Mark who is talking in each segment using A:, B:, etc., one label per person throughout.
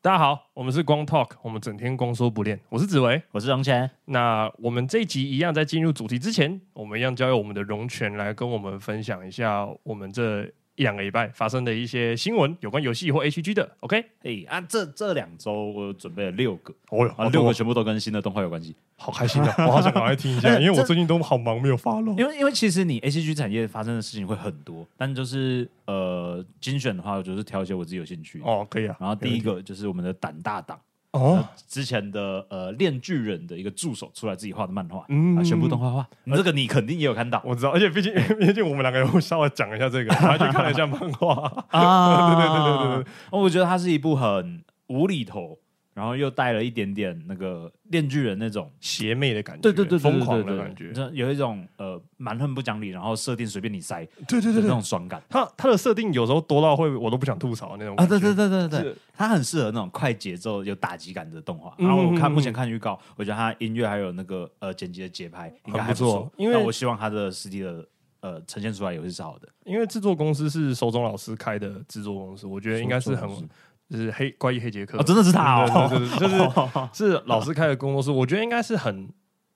A: 大家好，我们是光 Talk，我们整天光说不练。我是紫薇。
B: 我是荣谦，
A: 那我们这一集一样，在进入主题之前，我们一样交由我们的荣权来跟我们分享一下我们这一两个礼拜发生的一些新闻，有关游戏或 HG 的。OK，
B: 哎啊，这这两周我准备了六个
A: 哦哟
B: 啊，六个全部都跟新的动画有关系。
A: 好开心啊！我好想赶快听一
B: 哎
A: 下，
B: 这
A: 因为我最近都好忙，没有发了。
B: 因为因为其实你 A C G 产业发生的事情会很多，但就是呃精选的话，我就是挑一些我自己有兴趣。
A: 哦，可以啊。
B: 然后第一
A: 没问题
B: 个就是我们的胆大党，
A: 哦，
B: 之前的呃炼巨人的一个助手出来自己画的漫画，
A: 嗯
B: 啊，全部动画化，你这个你肯定也有看 到
A: 我知道，而且毕竟 毕竟我们两个有稍微讲一下这个，然后去看了一下漫画。
B: 啊
A: 对对对对
B: 对，哦 我觉得它是一部很无厘头，然后又带了一点点那个炼巨人那种
A: 邪魅的感觉，
B: 对对对，对
A: 疯
B: 对
A: 狂
B: 对
A: 的
B: 对
A: 感觉。
B: 这有一种呃蛮横不讲理，然后设定随便你塞，
A: 对对对
B: 的那
A: 对，
B: 种爽感
A: 它它的设定有时候多到会我都不想吐槽那种
B: 啊！
A: 感
B: 对
A: 觉
B: 对对对对
A: 是，
B: 它很适合那种快节奏有打击感的动画。
A: 嗯
B: 然后我看
A: 嗯嗯
B: 目前看预告，我觉得它音乐还有那个呃剪辑的节拍应该
A: 很
B: 还
A: 不错
B: 错，
A: 因为
B: 那我希望它的实际的呃呈现出来也会是好的。
A: 因为制作公司是手冢老师开的制作公司，我觉得应该是很
B: 手冢老师
A: 就是黑怪异黑杰克
B: 哦，真的是它 哦，
A: 对对对，对就是是老师开的工作室，我觉得应该是很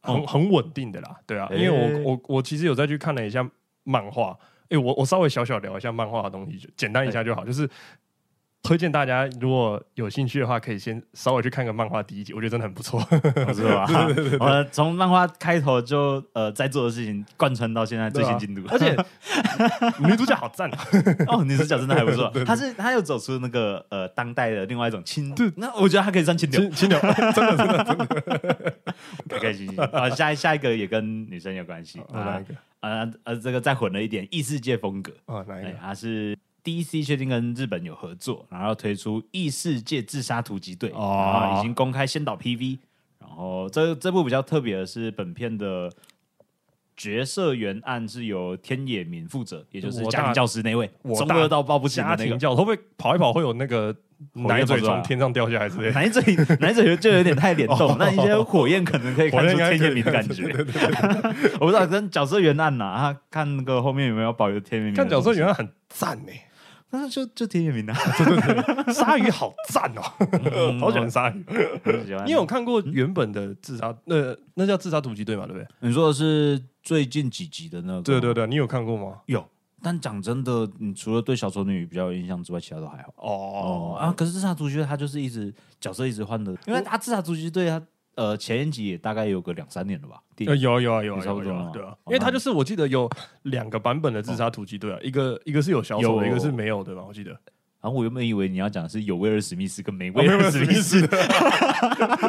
A: 很很稳定的啦，对啊，因
B: 诶
A: 为我我我其实有再去看了一下漫画，诶，我我稍微小小聊一下漫画的东西，就简单一下就好，就是。推荐大家，如果有兴趣的话，可以先稍微去看个漫画第一集，我觉得真的很不错。
B: 哦是吧？我从漫画开头就呃在做的事情贯穿到现在最新进度，
A: 啊而且女主角好赞啊！
B: 哦，女主角真的还 不错，她是她又走出那个呃当代的另外一种清，那我觉得她可以算清流，
A: 青青鸟真的真的真的。
B: 开开心心。啊，下下一个也跟女生有关系
A: 啊哪
B: 啊
A: 一个？
B: 啊呃，这个再混了一点异世界风格，
A: 啊，哪一
B: 哎
A: 个？，
B: 它是 DC 确定跟日本有合作，然后推出异世界自杀突击队，
A: 哦
B: 然后已经公开先导 PV，然后这这部比较特别的是本片的。角色原案是由天野明负责，也就是
A: 我大
B: 家庭教师那位，
A: 我
B: 中
A: 大
B: 二到爆不行的
A: 家
B: 那个
A: 庭，教会不会跑一跑会有那个奶嘴从天上掉下来之 类的？
B: 奶嘴奶嘴就有点太联动，那一些哦火焰可能可以看出天野明的感觉。 我不知道跟角色原案呐、啊，啊看那个后面有没有保留天野明。
A: 看角色，原来很赞呢、
B: 但是就就天野 明啊，
A: 鲨鱼好赞哦、
B: 嗯
A: 好喜欢鲨鱼。
B: 喜欢
A: 你有看过原本的自杀？那那叫自杀突击队嘛，对不对？
B: 你说的是最近几集的那个？
A: 对对啊对，你有看过吗？
B: 啊有。但讲真的，你除了对小丑女比较有印象之外，其他都还好。哦
A: 哦，
B: 啊，可是自杀足球队他就是一直角色一直换的，因为他自杀足球队他呃前一集也大概有个两三年了吧。第一
A: 呃，有啊有啊有啊
B: 也差不
A: 有啊有啊
B: 多了嘛，
A: 对啊
B: 哦，
A: 因为它就是我记得有两个版本的自杀突击队啊，一个一个是有小丑的，
B: 有
A: 一个是没有的嘛，我记 得。
B: 然后我原本以为你要讲的是有威尔史密斯跟哦没
A: 我
B: 威尔史密斯，
A: 思，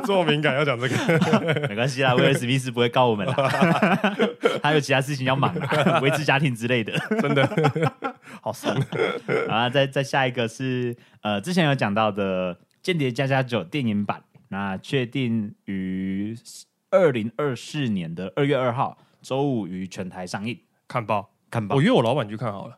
A: 这么敏感要讲这 个，
B: 没关系啦，威尔史密斯不会告我们啦，他有其他事情 要忙啦，维持家庭之类的。
A: 真的 好伤。
B: 啊，再再下一个是呃，之前有讲到的《间谍加加九》电影版，那确定于二零二四年的二月二号周五于全台上映。
A: 看报，
B: 看吧
A: 我，约我老板去看好了。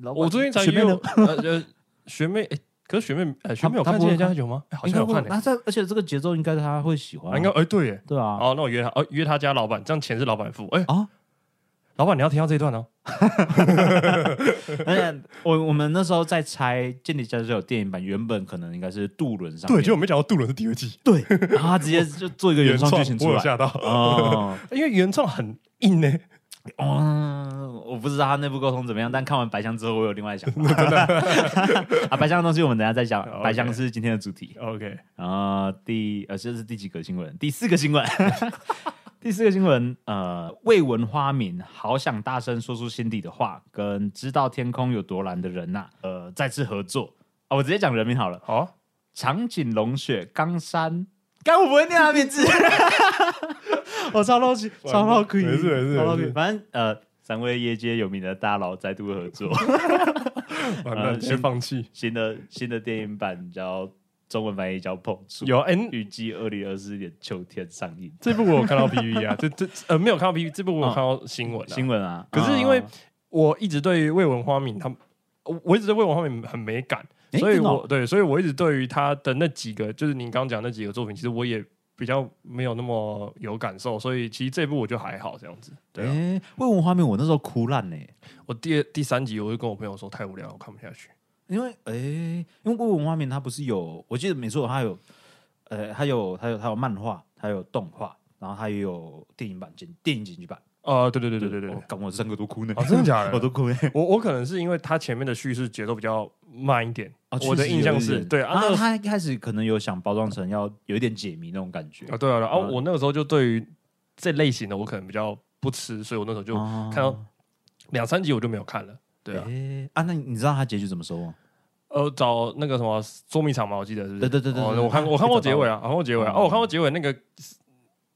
B: 老板
A: 我最近才
B: 学妹
A: 约
B: 呢
A: 我呃呃学妹，诶可是学妹呃学妹有
B: 她
A: 看《
B: 不
A: 间
B: 会
A: 谍加酒》吗？诶好像有看
B: 那
A: 诶，
B: 在而且这个节奏应该他会喜欢啊，
A: 啊应该哎对耶。
B: 对啊。
A: 哦，那我约他，哦约他家老板，这样钱是老板付。哎
B: 啊
A: 老板你要听到这一段哦。
B: 而且我我们那时候在猜《间谍加加九》电影版，原本可能应该是渡轮上面，
A: 结果没想到杜伦是第二季
B: 对，然后他直接就做一个原创剧情出
A: 我有
B: 来。
A: 吓到，
B: 哦，
A: 因为原创很硬呢。
B: 哦，我不知道他内部沟通怎么样，但看完白箱之后，我有另外想 法。啊，白箱的东西我们等一下再讲
A: OK。
B: 白箱是今天的主题。
A: OK，
B: 然后第呃，这是第几个新闻？第四个新闻。 第四个新闻，呃，未闻花名，好想大声说出心底的话，跟知道天空有多蓝的人呐、呃，再次合作啊、我直接讲人名好了，
A: 好啊，
B: 长颈龙雪冈山，刚我不会念他名字， 我超捞级，超捞可以，
A: 没事没事
B: 超捞
A: 没事
B: 反正呃，三位业界有名的大佬再度合 作，
A: 完了
B: 呃
A: 先放弃。
B: 新的新的电影版叫中文翻译叫《碰触》，
A: 有哎，诶
B: 预计二零二四年秋天上映。
A: 这部我有看到 PPT 啊，这这呃没有看到 PPT，这部我有看到新闻啊。
B: 新闻啊，
A: 可是因为
B: 啊
A: 我一直对魏文花敏他们，我我一直对魏文花敏很没感，
B: 诶
A: 所以
B: 真的
A: 我、
B: 哦
A: 对，所以我一直对于他的那几个，就是您刚讲那几个作品，其实我也比较没有那么有感受，所以其实这部我就还好这样子。对啊，
B: 诶，未闻花名，我那时候哭烂呢、
A: 我第二第三集我就跟我朋友说太无聊了，我看不下去。
B: 因为诶、因为未文化面它不是有，我记得没错，它有，呃，它有它有它有漫画，它有动画，然后它也有电影版、剪电影剪辑版。
A: 哦，对对对对对对，
B: 我干我三个都哭呢，
A: 哦，真的假
B: 我
A: 的？
B: 都哭呢。
A: 我我可能是因为它前面的叙事节奏比较慢一点，
B: 啊
A: 我的
B: 确实
A: 印象
B: 有一
A: 是
B: 点
A: 对啊
B: 啊，
A: 那个
B: 他一开始可能有想包装成要有一点解谜那种感觉，
A: 啊，对啊，对啊，
B: 嗯
A: 我那个时候就对于这类型的我可能比较不吃，所以我那时候就
B: 看
A: 看到两三集我就没有看了。对啊，
B: 诶啊，那你知道他结局怎么收吗？
A: 呃，找那个什么捉迷藏嘛，我记得是不是？
B: 对对对对
A: 哦
B: 对
A: 那我看过，我看过结尾啊，我看过结尾啊。
B: 嗯
A: 哦，我看过结尾那个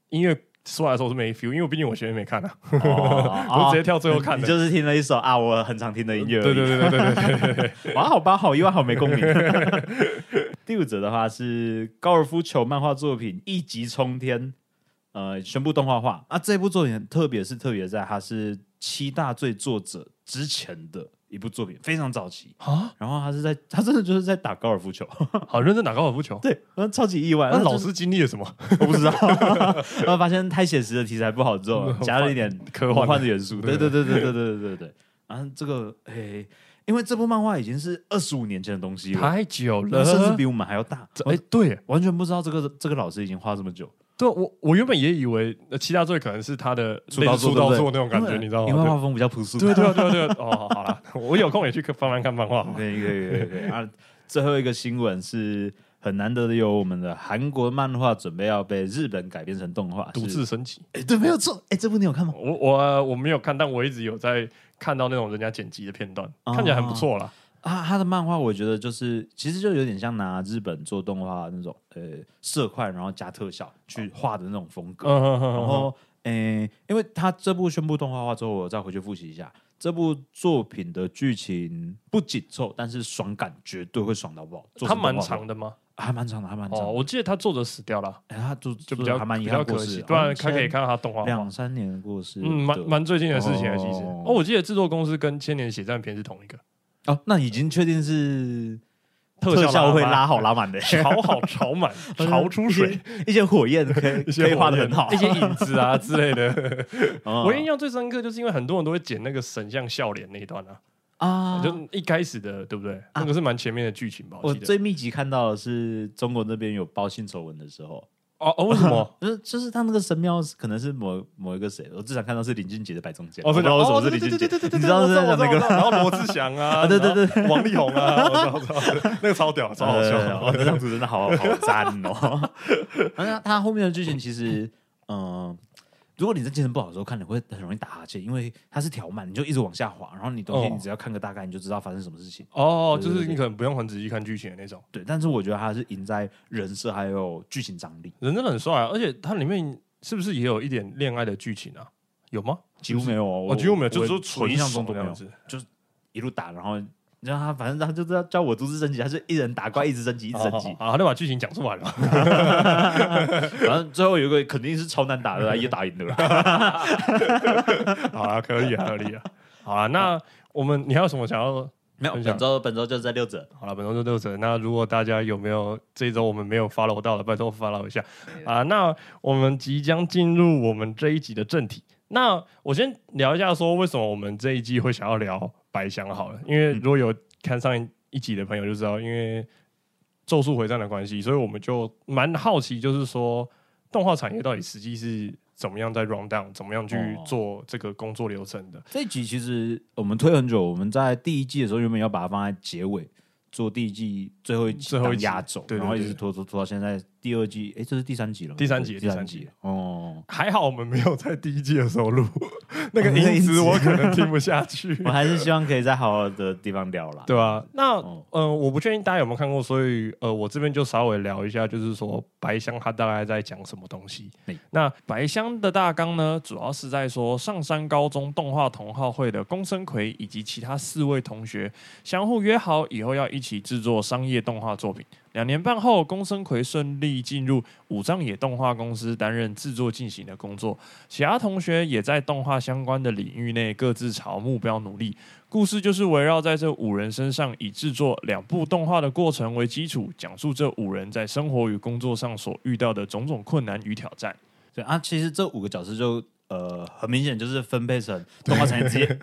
A: 音乐出来的时候我是没 feel，因为毕竟我前面没看啊，我
B: 我
A: 是直接跳最后看
B: 你
A: 的。
B: 就是听了一首啊，我很常听的音乐。
A: 对对对对对对，
B: 对，哇，好吧，好意外，好没共鸣。 第五则的话是高尔夫球漫画作品《一级冲天》，呃，全部动画化。啊，这部作品很特别，是特别在它是七大罪作者之前的一部作品，非常早期。
A: 啊，
B: 然后他是在， 他真的就是在打高尔夫球，
A: 好认真打高尔夫球。
B: 对，那超级意外。
A: 那
B: 那
A: 老
B: 就是
A: 师经历了什么？
B: 我不知道， 然后发现太写实的题材不好之 后，加了一点
A: 科
B: 魔
A: 幻
B: 幻
A: 的
B: 的元素。对对对对对对对对对。啊，这个诶、因为这部漫画已经是二十五年前的东西了，
A: 太久
B: 那
A: 了，
B: 甚至比我们还要大。
A: 这
B: 我
A: 哎，对耶
B: 完全不知道这个这个老师已经画这么久，
A: 对，我我原本也以为呃七大罪可能是他的类似出
B: 对不
A: 道
B: 对
A: 作那种感觉，
B: 因为
A: 你知道
B: 因为
A: 吗？
B: 画风比较朴素。
A: 对对对对对，对哦，好啦，我有空也去翻翻看漫画。
B: 可以可以可以可以啊！最后一个新闻是很难得的，有我们的韩国漫画准备要被日本改编成动画，
A: 独
B: 是
A: 自升级，
B: 哎、对，没有错，哎、这部你有看吗？
A: 我我我没有看，但我一直有在看到那种人家剪辑的片段，
B: 哦
A: 看起来很不错啦。
B: 啊，他的漫画我觉得就是，其实就有点像拿日本做动画那种，呃，色块然后加特效去画的那种风格。
A: 嗯哼哼
B: 然
A: 哼哼，
B: 后，诶、因为他这部宣布动画化之后，我再回去复习一下这部作品的剧情不紧凑，但是爽感绝对会爽到爆。做
A: 它
B: 成动画
A: 蛮
B: 化
A: 长的吗？
B: 啊，还蛮长的，还蛮长
A: 哦，
B: 的。
A: 我记得他作者死掉了，
B: 哎、他就
A: 就
B: 就
A: 比较
B: 还蛮
A: 比
B: 遗
A: 较
B: 憾过
A: 可
B: 世
A: 惜，
B: 的，
A: 不然
B: 哦
A: 他可以。看到他动
B: 现在
A: 画化。
B: 两三年过世的，
A: 嗯，蛮蛮最近的事情了，其实。
B: 哦
A: 哦，我记得制作公司跟《千年血战篇》是同一 个，
B: 哦，那已经确定是
A: 特效
B: 效会
A: 拉满
B: 拉好拉 满的，呃
A: 炒好炒 满，炒出水，
B: 一些火焰可以可以画的很好 嗯
A: 一。些影子啊之类的。
B: 我
A: 我印象最深刻，就是因为很多人都会剪那个神像笑脸那一段啊，
B: 啊，
A: 就一开始的，对不对？那个是蛮前面的剧情吧？
B: 我
A: 记得。
B: 最密集看到的是中国那边有报性丑闻的时候，
A: 哦哦，为什么？
B: 就是就是他那个神庙可能是某某一个谁，我最常看到是林俊杰的摆中间，
A: 哦，
B: 我不
A: 真的
B: 知道为什
A: 哦
B: 么是
A: 对
B: 林
A: 对
B: 俊
A: 对
B: 杰
A: 对，对对，
B: 你知道
A: 我
B: 是在
A: 我
B: 讲那
A: 知道
B: 个。
A: 然后罗志祥啊，
B: 啊对对对
A: 然后王力宏啊，我知道我知道，那个超屌，超好笑
B: 对对对
A: 的。
B: 哦， 那张图真的好 好赞哦。 那他后面的剧情其实，嗯、如果你在精神不好的时候看，你会很容易打哈欠，因为它是条漫，你就一直往下滑，然后你东西
A: 哦
B: 你只要看个大概，你就知道发生什么事情。
A: 哦，就是你可能不用很仔细看剧情的那种。
B: 对，但是我觉得它是赢在人设还有剧情张力，
A: 人真的很帅啊，而且它里面是不是也有一点恋爱的剧情啊？有吗？
B: 几乎没有哦，
A: 我
B: 我
A: 几乎没有，
B: 我
A: 就是说
B: 我
A: 纯
B: 印象
A: 爽
B: 中都
A: 这
B: 没有
A: 样，子。
B: 一路打，然后你知道他，反正他就叫叫我独自升级，他是一人打怪，一直升级，一直升级，
A: 啊，好那把剧情讲出来了。
B: 反正最后有一个肯定是超难 打的啦，也打赢的啦。
A: 好啦，可以啊，可以啊。好啦，那我们你还有什么想要？
B: 没有，
A: 分享
B: 本周本周就是在六折，
A: 好了，本周就六折。那如果大家有没有这一周我们没有 follow 到的，拜托 follow 一下啊。那我们即将进入我们这一集的正题。那我先聊一下说为什么我们这一季会想要聊白香好了，因为如果有看上一一集的朋友就知道，因为《咒术回战》的关系，所以我们就蛮好奇，就是说动画产业到底实际是怎么样在 round down，怎么样去
B: 哦
A: 做这个工作流程的。
B: 这一集其实呃我们推很久，我们在第一季的时候原本要把它放在结尾做第一季最后一集
A: 最后一
B: 当
A: 集
B: 压轴，
A: 对对
B: 然后一
A: 对
B: 直拖拖拖到现在第二季，哎，这是第三集了吗，
A: 第三集
B: 第三
A: 第三
B: 集
A: 集
B: 哦。
A: 还好我们没有在第一季的时候录，那个
B: 哦那个
A: 音
B: 音质
A: 质我可能听不下 去
B: 我，们还是希望可以在好好的地方聊啦。
A: 对吧、那
B: 哦
A: 呃，我不确定大家有没有看过，所以呃，我这边就稍微聊一下，就是说白香它大概在讲什么东西
B: 对。
A: 那白香的大纲呢，主要是在说上山高中动画同好会的宫生葵以及其他四位同学相互约好以后要一起制作商业动画作品。两年半后，宫生葵顺利进入五藏野动画公司担任制作进行的工作，其他同学也在动画相关的领域内各自朝目标努力。故事就是围绕在这五人身上，以制作两部动画的过程为基础，讲述这五人在生活与工作上所遇到的种种困难与挑战。
B: 对啊，其实这五个角色就呃很明显就是分配成动画产业直接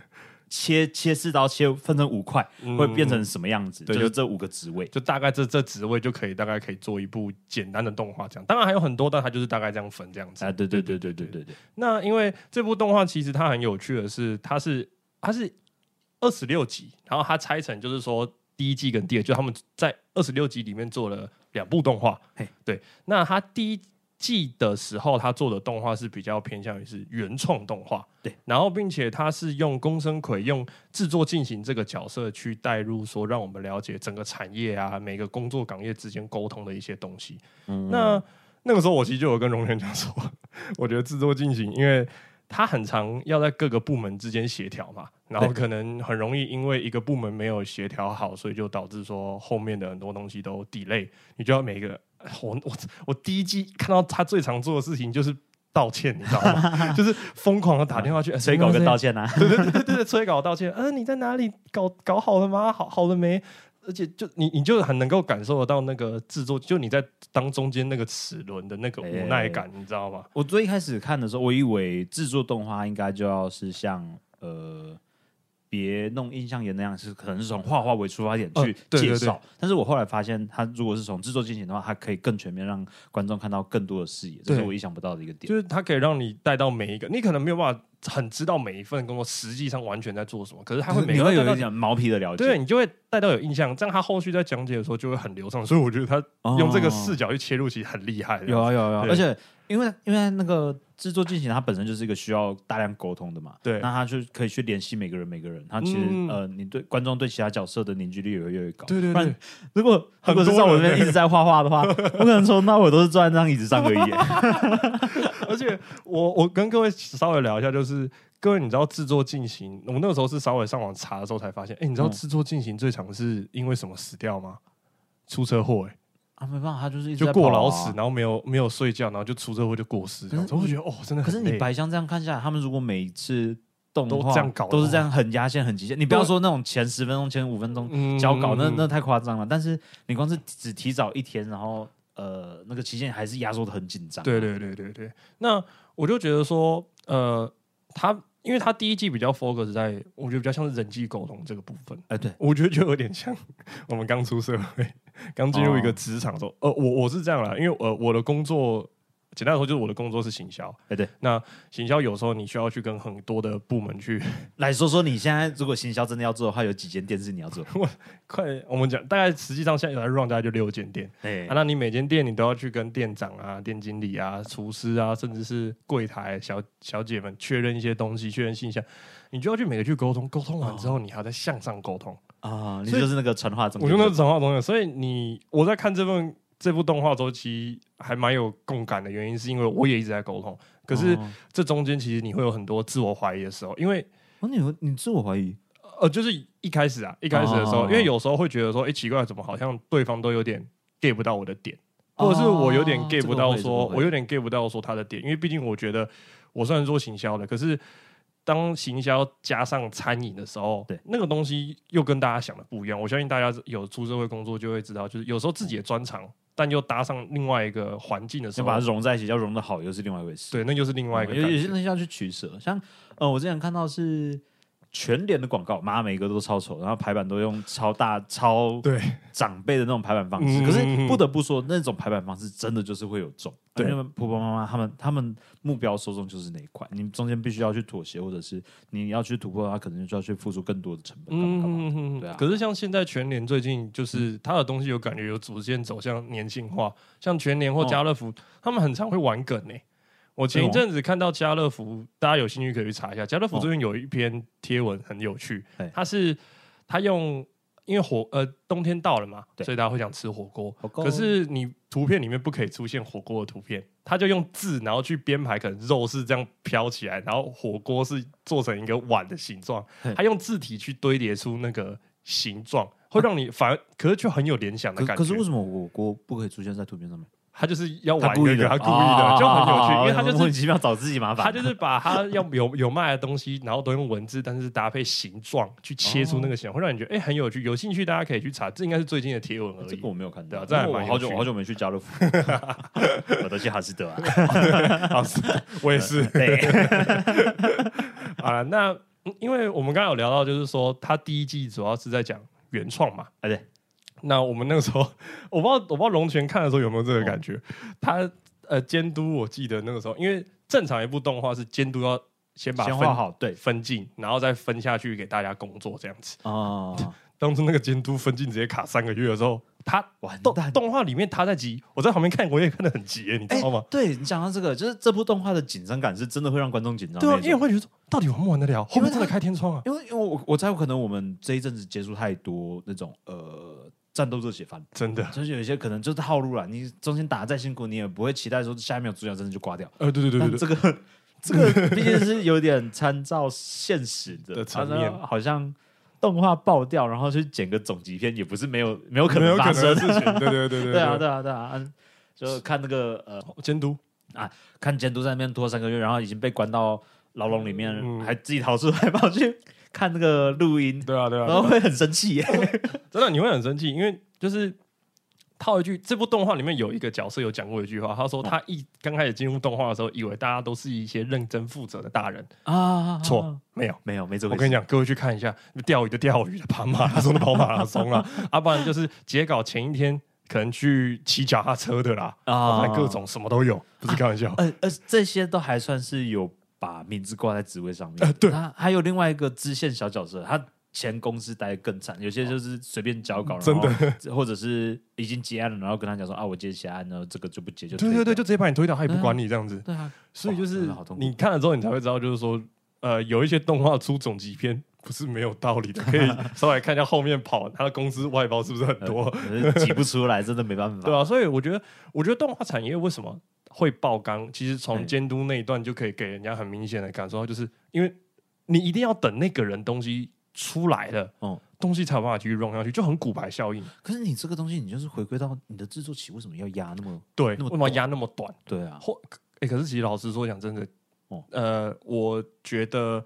B: 切切四刀切分成五块，会变成什么样子？
A: 嗯对
B: 就是
A: 就
B: 这五个职位。
A: 就大概这这职位就可以大概可以做一部简单的动画这样。当然还有很多，但它就是大概这样分这样子
B: 啊，对对对对对对对，
A: 那因为这部动画其实它很有趣的是，它是它是二十六集，然后它拆成就是说第一季跟第二季，就他们在二十六集里面做了两部动画
B: 嘿。
A: 对，那它第一季的时候，它做的动画是比较偏向于是原创动画，
B: 对，
A: 然后并且它是用宫生葵用制作进行这个角色去带入，说让我们了解整个产业啊，每个工作岗业之间沟通的一些东西。那那个时候我其实就有跟荣源讲说， 我觉得制作进行，因为他很常要在各个部门之间协调嘛，然后
B: 对
A: 可能很容易因为一个部门没有协调好，所以就导致说后面的很多东西都 delay。你就要每个我我我第一季看到他最常做的事情就是道歉，你知道吗？就是疯狂的打电话去呃
B: 所以搞个道
A: 歉。
B: 歉啊，
A: 对对对对对，催稿道歉。呃，你在哪里搞搞好了吗？好好了没？而且就你你就很能够感受得到那个制作，就你在当中间那个齿轮的那个无奈感，你知道吗？
B: 我最一开始看的时候，我以为制作动画应该就要是像呃，别弄印象岩那样，是可能是从画画为出发点
A: 呃
B: 去
A: 对
B: 介
A: 对
B: 绍。但是我后来发现，它如果是从制作进行的话，它可以更全面，让观众看到更多的视野，这是
A: 对
B: 我意想不到的一个点。
A: 就是它可以让你带到每一个，你可能没有办法很知道每一份工作实际上完全在做什么，可是它 会
B: 就是
A: 每
B: 你
A: 个
B: 会
A: 带
B: 有
A: 到
B: 一点毛皮的了解，
A: 对，你就会带到有印象，这样他后续在讲解的时候就会很流畅，所以我觉得他
B: 哦
A: 用这个视角去切入，其实很厉害的。
B: 有啊有啊有啊，
A: 对
B: 而且因为因为那个制作进行，它本身就是一个需要大量沟通的嘛。
A: 对
B: 那他就可以去联系每个人每个人，他其实、
A: 嗯
B: 呃，你对观众对其他角色的凝聚力也会越来越高。
A: 对对对
B: 不然如果如
A: 很
B: 果
A: 多
B: 是在我这边
A: 人
B: 一直在画画的话，我可能从那我都是坐在那张椅子上 而已。
A: 而且我我跟各位稍微聊一下，就是各位你知道制作进行，我那个时候是稍微上网查的时候才发现，哎、你知道
B: 嗯
A: 制作进行最常是因为什么死掉吗？出车祸、哎，
B: 啊，没办法，他就是一直
A: 就
B: 在
A: 过
B: 跑啊
A: 劳死，。然后没有没有睡觉，然后就出车祸就过世，这样子，
B: 可
A: 我
B: 是
A: 就
B: 你
A: 觉得哦，真的
B: 可
A: 很
B: 是你
A: 累
B: 白箱这样看下来，他们如果每一次动
A: 都
B: 画
A: 这样搞啊的
B: 都是
A: 话
B: 这样很压线、很极限。你不要
A: 对
B: 说那种前十分钟、前五分钟，
A: 嗯
B: 交稿，那
A: 嗯
B: 那太夸张了。但是你光是只提早一天，然后呃，那个期限还是压缩的很紧张。啊
A: 对对对对对。那我就觉得说，呃，他因为他第一季比较 focus 在，我觉得比较像是人际沟通这个部分，
B: 哎、对，
A: 我觉得就有点像我们刚出社会、刚进入一
B: 哦
A: 个职场的时候。呃，我我是这样啦，因为呃我的工作。简单来说，就是我的工作是行销。
B: 哎对，
A: 那行销有时候你需要去跟很多的部门去，
B: 来说说你现在如果行销真的要做的话，有几间店是你 要做？
A: 快，我们讲大概实际上现在有在 run 大概就六间店，
B: 哎、
A: 啊，那你每间店你都要去跟店长啊、店经理啊、厨师啊，甚至是柜台小小姐们确认一些东西，确认信箱，你就要去每个去沟通，沟通完之后，你还要再向上沟通。
B: 啊，你
A: 所以
B: 就是那个传话中
A: 我
B: 间
A: 觉
B: 的，
A: 得那是神话东西，所以你我在看这份这部动画周期还蛮有共感的原因，是因为我也一直在沟通，可是
B: 哦
A: 这中间其实你会有很多自我怀疑的时候，因为
B: 哦你有你自我怀疑，
A: 呃，就是一开始啊，一开始的时候，
B: 哦
A: 因为有时候会觉得说，哎、奇怪，怎么好像对方都有点 get 不到我的点，或者是我有点
B: 哦
A: get
B: 这个
A: 不到
B: 会这个
A: 说，
B: 会
A: 我有点 get 不到说他的点，因为毕竟我觉得我虽然做行销的，可是当行销加上餐饮的时候，
B: 对
A: 那个东西又跟大家想的不一样。我相信大家有出社会工作就会知道，就是有时候自己的专长，但又搭上另外一个环境的时
B: 先把
A: 候
B: 它，融在一起，要融的好又是另外一回事。
A: 对，那又是另外一个
B: 有
A: 感
B: 有些
A: 觉。
B: 东西要去取舍，像呃，我之前看到是。全脸的广告，妈每个都超丑，然后排版都用超大、超
A: 对，
B: 长辈的那种排版方式。
A: 嗯
B: 可是不得不说，那种排版方式真的就是会有重，
A: 对
B: 因为婆婆妈妈他们他们目标受众就是那一块，你中间必须要去妥协，或者是你要去突破，它可能就要去付出更多的成本。干嘛干嘛
A: 嗯，
B: 对啊
A: 可是像现在全联最近就是它的东西有感觉有逐渐走向年轻化，像全联或家乐福，他们很常会玩梗呢、我前一阵子看到家乐福，大家有兴趣可以去查一下。家乐福
B: 哦
A: 最近有一篇贴文很有趣
B: 对，
A: 它是它用因为火呃冬天到了嘛，
B: 对
A: 所以大家会想吃火锅。
B: 火锅
A: 可是你图片里面不可以出现火锅的图片，它就用字然后去编排，可能肉是这样飘起来，然后火锅是做成一个碗的形状，
B: 对
A: 它用字体去堆叠出那个形状，会让你反而可是就很有联想的
B: 可
A: 感觉。
B: 可是为什么火锅不可以出现在图片上面？
A: 他就是要玩
B: 故意
A: 这
B: 的，
A: 个，
B: 啊
A: 他故意的，就很有趣，因为他
B: 他
A: 就
B: 莫
A: 是
B: 名其妙找自己麻烦。
A: 他就是把他要有有卖的东西，然后都用文字，但是搭配形状去切出那个形状，会让你觉得哎、很有趣。有兴趣大家可以去查，这应该是最近的贴文而
B: 这
A: 已
B: 个。我没 有看
A: 对
B: 到，
A: 啊这还
B: 因为
A: 蛮
B: 我
A: 有
B: 好久
A: 趣
B: 我好久没去家乐 福，我都去哈士德 啊。
A: 好，我也是。
B: 对，
A: 好了，那嗯因为我们刚刚有聊到，就是说他第一季主要是在讲原创嘛，
B: 哎 对。
A: 那我们那个时候，我不知道我不知道龙泉看的时候有没有这个感
B: 哦
A: 觉，他呃监督，我记得那个时候，因为正常一部动画是监督要先把
B: 先
A: 分
B: 画好对
A: 分镜，然后再分下去给大家工作这样子。
B: 哦，
A: 当初那个监督分镜直接卡三个月的时候，他
B: 完
A: 动
B: 蛋！
A: 动画里面他在急，我在旁边看我也看得很急耶，你知
B: 哎
A: 道吗？
B: 对你讲到这个，就是这部动画的紧张感是真的会让观众紧张
A: 对
B: 哎那
A: 啊，
B: 一
A: 因为
B: 种。
A: 会觉得说到底玩不玩得了，后
B: 因为
A: 面真的开天窗啊，
B: 因为因为我我猜有可能我们这一阵子接触太多那种呃战斗热血番，
A: 真的。
B: 就是有一些可能就是套路啦，你中间打得再辛苦，你也不会期待说下一秒主角真的就挂掉。
A: 呃，对对对对
B: 但
A: 对，
B: 这个这个毕竟是有点参照现实 的
A: 的层面
B: 好像好像动画爆掉，然后去剪个总集片，也不是没有没有可
A: 没
B: 能
A: 有
B: 发
A: 可能
B: 生
A: 的。事情，对对对对对啊
B: 对啊，对啊，对啊，啊就看那个呃，
A: 监督，
B: 看监督在那边拖三个月，然后已经被关到牢笼里面，
A: 嗯
B: 还自己逃出来跑去看那个录音，
A: 对啊对
B: 然
A: 啊，
B: 后会很 生气耶。
A: 真的你会很生气，因为就是套一句，这部动画里面有一个角色有讲过一句话，他说他一刚开始进入动画的时候，以为大家都是一些认真负责的大人，
B: 啊，
A: 错，没有。
B: 没有，没这
A: 我
B: 回
A: 跟你
B: 事。
A: 讲，各位去看一下，钓鱼的钓鱼，跑马拉松的跑马拉松 啦，啊，不然就是截稿前一天可能去骑脚踏车的啦，
B: 啊
A: 啊，各种什么都有，不是开玩笑。
B: 呃呃，这些都还算是有把名字挂在职位上面。
A: 呃对
B: 他还有另外一个支线小角色，他前公司待得更惨，有些就是随便交稿，
A: 真的
B: 的，或者是已经结案了，然后跟他讲说啊，我接下案，然后这个就不接，就
A: 对
B: 推
A: 对对，
B: 掉
A: 就直接把你推倒，他也不管你这样子。
B: 对啊，
A: 所以就
B: 哇真
A: 是
B: 的好痛苦
A: 你看了之后，你才会知道，就是说，呃，有一些动画出总集片不是没有道理的，可以稍微看一下后面跑他的公司外包是不是很 多，
B: 可是挤不出来，真的没办法。
A: 对啊，所以我觉得，我觉得动画产业为什么会爆缸，其实从
B: 嗯
A: 监督那一段就可以给人家很明显的感受到，就是因为你一定要等那个人东西出来了，
B: 嗯
A: 东西才有办法继续 run 下去，就很骨牌效应。
B: 可是你这个东西，你就是回归到你的制作期，为什么要压那么？
A: 对，为
B: 那么
A: 什么
B: 短
A: 压那么短？
B: 对啊，
A: 或哎、可是其实老实说，讲真的，
B: 哦
A: 呃，我觉得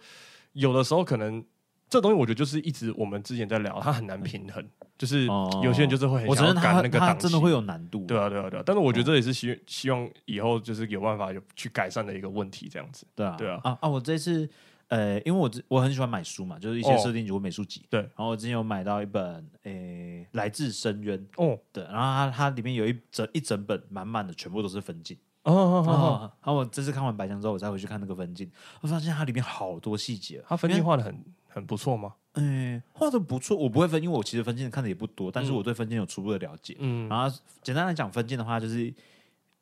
A: 有的时候可能这东西，我觉得就是一直我们之前在聊，它很难平衡，就是
B: 哦
A: 有些人就是会很
B: 我
A: 想
B: 觉
A: 要
B: 得
A: 赶
B: 他
A: 那个
B: 他
A: 档
B: 真
A: 期
B: 的。会有难度。
A: 对啊，对啊，对啊！但是我觉得这也是希希望以后就是有办法有去改善的一个问题，这样子。
B: 对啊，
A: 对啊
B: 啊啊！我这次呃，因为我之我很喜欢买书嘛，就是一些
A: 哦
B: 设定集或美术集。
A: 对
B: 然后我之前有买到一本诶、来自深渊》
A: 哦，
B: 的，然后它它里面有一整一整本满满的，全部都是分镜。
A: 哦哦
B: 哦，
A: 哦，
B: 然后我这次看完白墙之后，我再回去看那个分镜，我发现它里面好多细节哦。
A: 他分镜画的很很不错吗？
B: 嗯，画的不错，我不会分，因为我其实分镜看的也不多，但是我对分镜有初步的了解。
A: 嗯，
B: 然后简单来讲，分镜的话就是，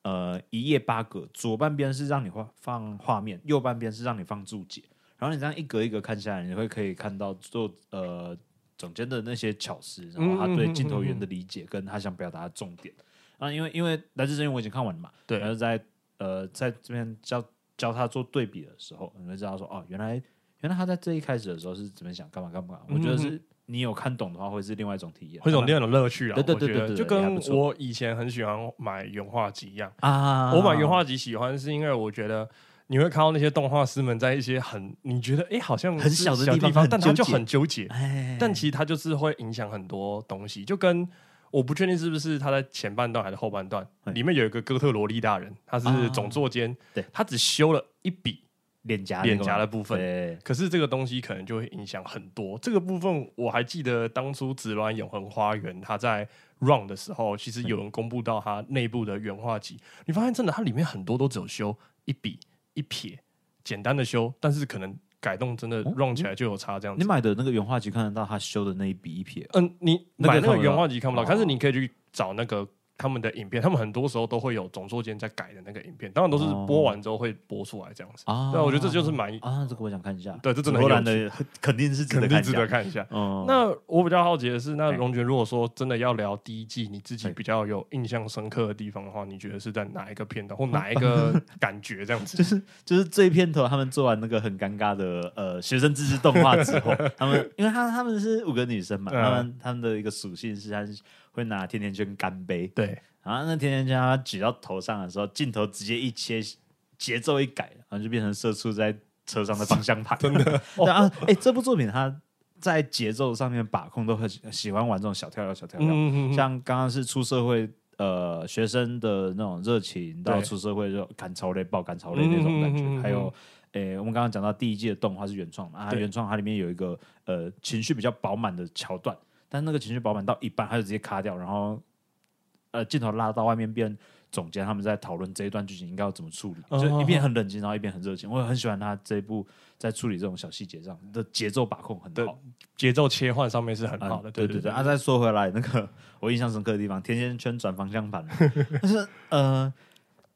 B: 呃，一页八格，左半边是让你画放画面，右半边是让你放注解。然后你这样一格一格看下来，你会可以看到做呃总监的那些巧思，然
A: 嗯
B: 后他对镜头语言的理解跟他想表达的重点。然后因为因为《来自深渊》我已经看完了嘛，
A: 对
B: 然后在呃在这边教教他做对比的时候，你会知道说哦，原来原来他在最一开始的时候是怎么想干嘛干嘛。我觉得是你有看懂的话，会是另外一种体验，
A: 嗯会有种另外一种乐趣啊！
B: 对对
A: 我觉
B: 对对
A: 得
B: 对
A: 就
B: 对还
A: 跟
B: 不错
A: 我以前很喜欢买原画集一样。
B: 啊
A: 我买原画集喜欢是因为我觉得你会看到那些动画师们在一些很你觉得哎、诶好像
B: 很
A: 是
B: 小的
A: 地
B: 地方很
A: 但他就
B: 纠结
A: 很纠结，
B: 哎，
A: 但其实它就是会影响很多东西，就跟。我不确定是不是他在前半段还是后半段，
B: 哎
A: 里面有一个哥特萝莉大人，他是
B: 啊
A: 总作监，
B: 对
A: 他只修了一笔，
B: 脸颊
A: 脸颊的部分
B: 分，
A: 可是这个东西可能就会影响很多。这个部分我还记得当初紫鸾永恒花园他在 run 的时候，其实有人公布到它内部的原画集，你发现真的它里面很多都只有修一笔一撇，简单的修，但是可能改动真的
B: 哦
A: run 起来就有差这样
B: 你
A: 子。
B: 买的那个原画集看得到他修的那一笔一撇
A: 嗯，你
B: 那个
A: 买那
B: 看不
A: 个
B: 到
A: 原画集看不到，
B: 哦
A: 但是你可以去找那个。他们的影片，他们很多时候都会有总作监在改的那个影片，当然都是
B: 哦
A: 播完之后会播出来这样子。
B: 啊
A: 对，我觉得这就是蛮
B: 啊，这个我想看一下。
A: 对这真的很
B: 荷
A: 有
B: 兰的肯定是值
A: 肯
B: 得
A: 定
B: 哦看一
A: 值得
B: 下。
A: 看一下。
B: 嗯，
A: 那我比较好奇的是，那
B: 哎
A: 龙泉如果说真的要聊第一季，你自己
B: 哎
A: 比较有印象深刻的地方的话，你觉得是在哪一个片段或哪一个感觉这样 子？
B: 就是就是最片头他们做完那个很尴尬的呃学生自制动画 之后，他们因为他他们是五个女生嘛，
A: 嗯
B: 他们他们的一个属性是他会拿甜甜圈干杯，
A: 对，
B: 然后那甜甜圈他举到头上的时候，镜头直接一切，节奏一改，然后就变成社畜在车上的方向盘。 真的，对啊，哎、这部作品他在节奏上面把控都很喜喜欢玩这种小跳跃、小跳跃，
A: 嗯，
B: 像刚刚是出社会。呃，学生的那种热情到
A: 对
B: 出社会就赶超累、爆赶超累那种感觉，
A: 嗯嗯嗯嗯嗯
B: 还有诶、我们刚刚讲到第一季的动画是原创嘛啊，
A: 对
B: 原创它里面有一个呃情绪比较饱满的桥段，但那个情绪饱满到一半，它就直接卡掉，然后呃镜头拉到外面变总监他们在讨论这一段剧情应该要怎么处理，
A: 哦
B: 就一边很冷静，然后一边很热情。我也很喜欢他这一部在处理这种小细节上的节奏把控很
A: 对
B: 好。
A: 节奏切换上面是很好的，
B: 嗯
A: 对
B: 对
A: 对
B: 对。啊，再说回来，那个 我印象深刻的地方，甜甜圈转方 向盘，但是呃，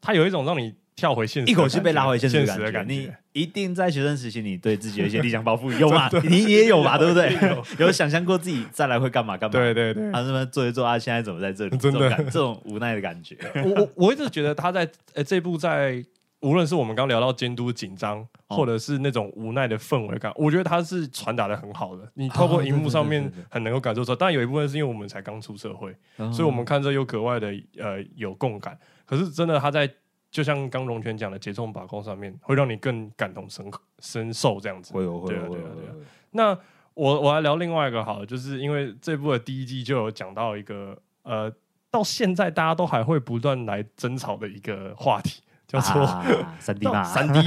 A: 它有一种让你跳回现实的感觉，
B: 一口气被拉回现
A: 现
B: 实的感
A: 的感
B: 你
A: 觉。
B: 一定在学生时期，你对自己有一些理想抱负，有嘛？你也有吧，对不对？ 有想象过自己再来会干嘛干嘛？
A: 对对对，
B: 啊，那么做一做啊，现在怎么在这里？
A: 真的
B: 这种感这种无奈的感觉，
A: 我我我一直觉得他在呃这部在无论是我们刚聊到监督紧张，
B: 哦
A: 或者是那种无奈的氛围感，我觉得他是传达的很好的。你透
B: 啊
A: 过
B: 对
A: 荧幕
B: 对
A: 上
B: 对
A: 面
B: 对嗯对
A: 很能够感受出来，但有一部分是因为我们才刚出社会，所以我们
B: 哦
A: 看这又格外的呃有共感。可是真的他在就像刚龙泉讲的节奏把控上面，会让你更感同身身受这样子。
B: 会有会
A: 对
B: 有
A: 啊
B: 会
A: 对
B: 有
A: 啊
B: 会哦
A: 对啊
B: 有，
A: 那我我来聊另外一个好了，就是因为这部的第一季就有讲到一个呃，到现在大家都还会不断来争吵的一个话题，叫做
B: 啊三 D
A: 到
B: 嘛，
A: 啊三 D。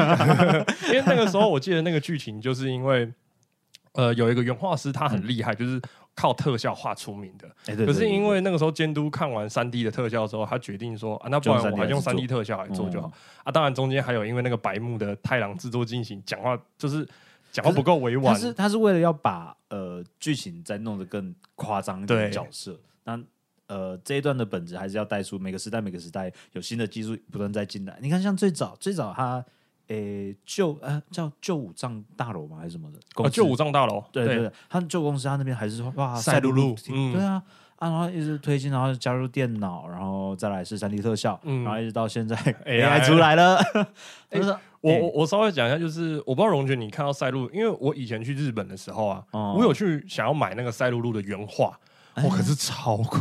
A: 因 为那个时候我记得那个剧情，就是因为呃有一个原画师他很厉害，就是靠特效画出名的。
B: 哎，对
A: 可
B: 对
A: 是
B: 对
A: 因
B: 对
A: 为那个时候监督看完三 D 的特效之后，他决定说啊，那不然我还用三 D 特效
B: 嗯
A: 来做就好。啊，当然中间还有因为那个白木的太郎制作进行讲话，就是讲话不够委婉
B: 他，是他是为了要把呃剧情再弄得更夸张一点的
A: 对
B: 角色，那呃这一段的本质还是要带出每个时代每个时代有新的技术不断再进来。你看，像最早最早他诶旧呃叫旧五藏大楼吗还是什么的公
A: 啊，
B: 司？
A: 就五藏大楼，
B: 对对对，他旧公司他那边还是哇
A: 赛
B: 赛
A: 璐
B: 璐
A: 璐
B: 璐，
A: 嗯
B: 对啊。啊，然后一直推进，然后加入电脑，然后再来是三 D 特效，
A: 嗯
B: 然后一直到现在
A: AI
B: AI 出来 了，就是
A: 我我我稍微讲一下，就是我不知道荣爵你看到赛璐，因为我以前去日本的时候啊，
B: 哦哎
A: 我有去想要买那个赛璐璐的原画，我、可是超贵，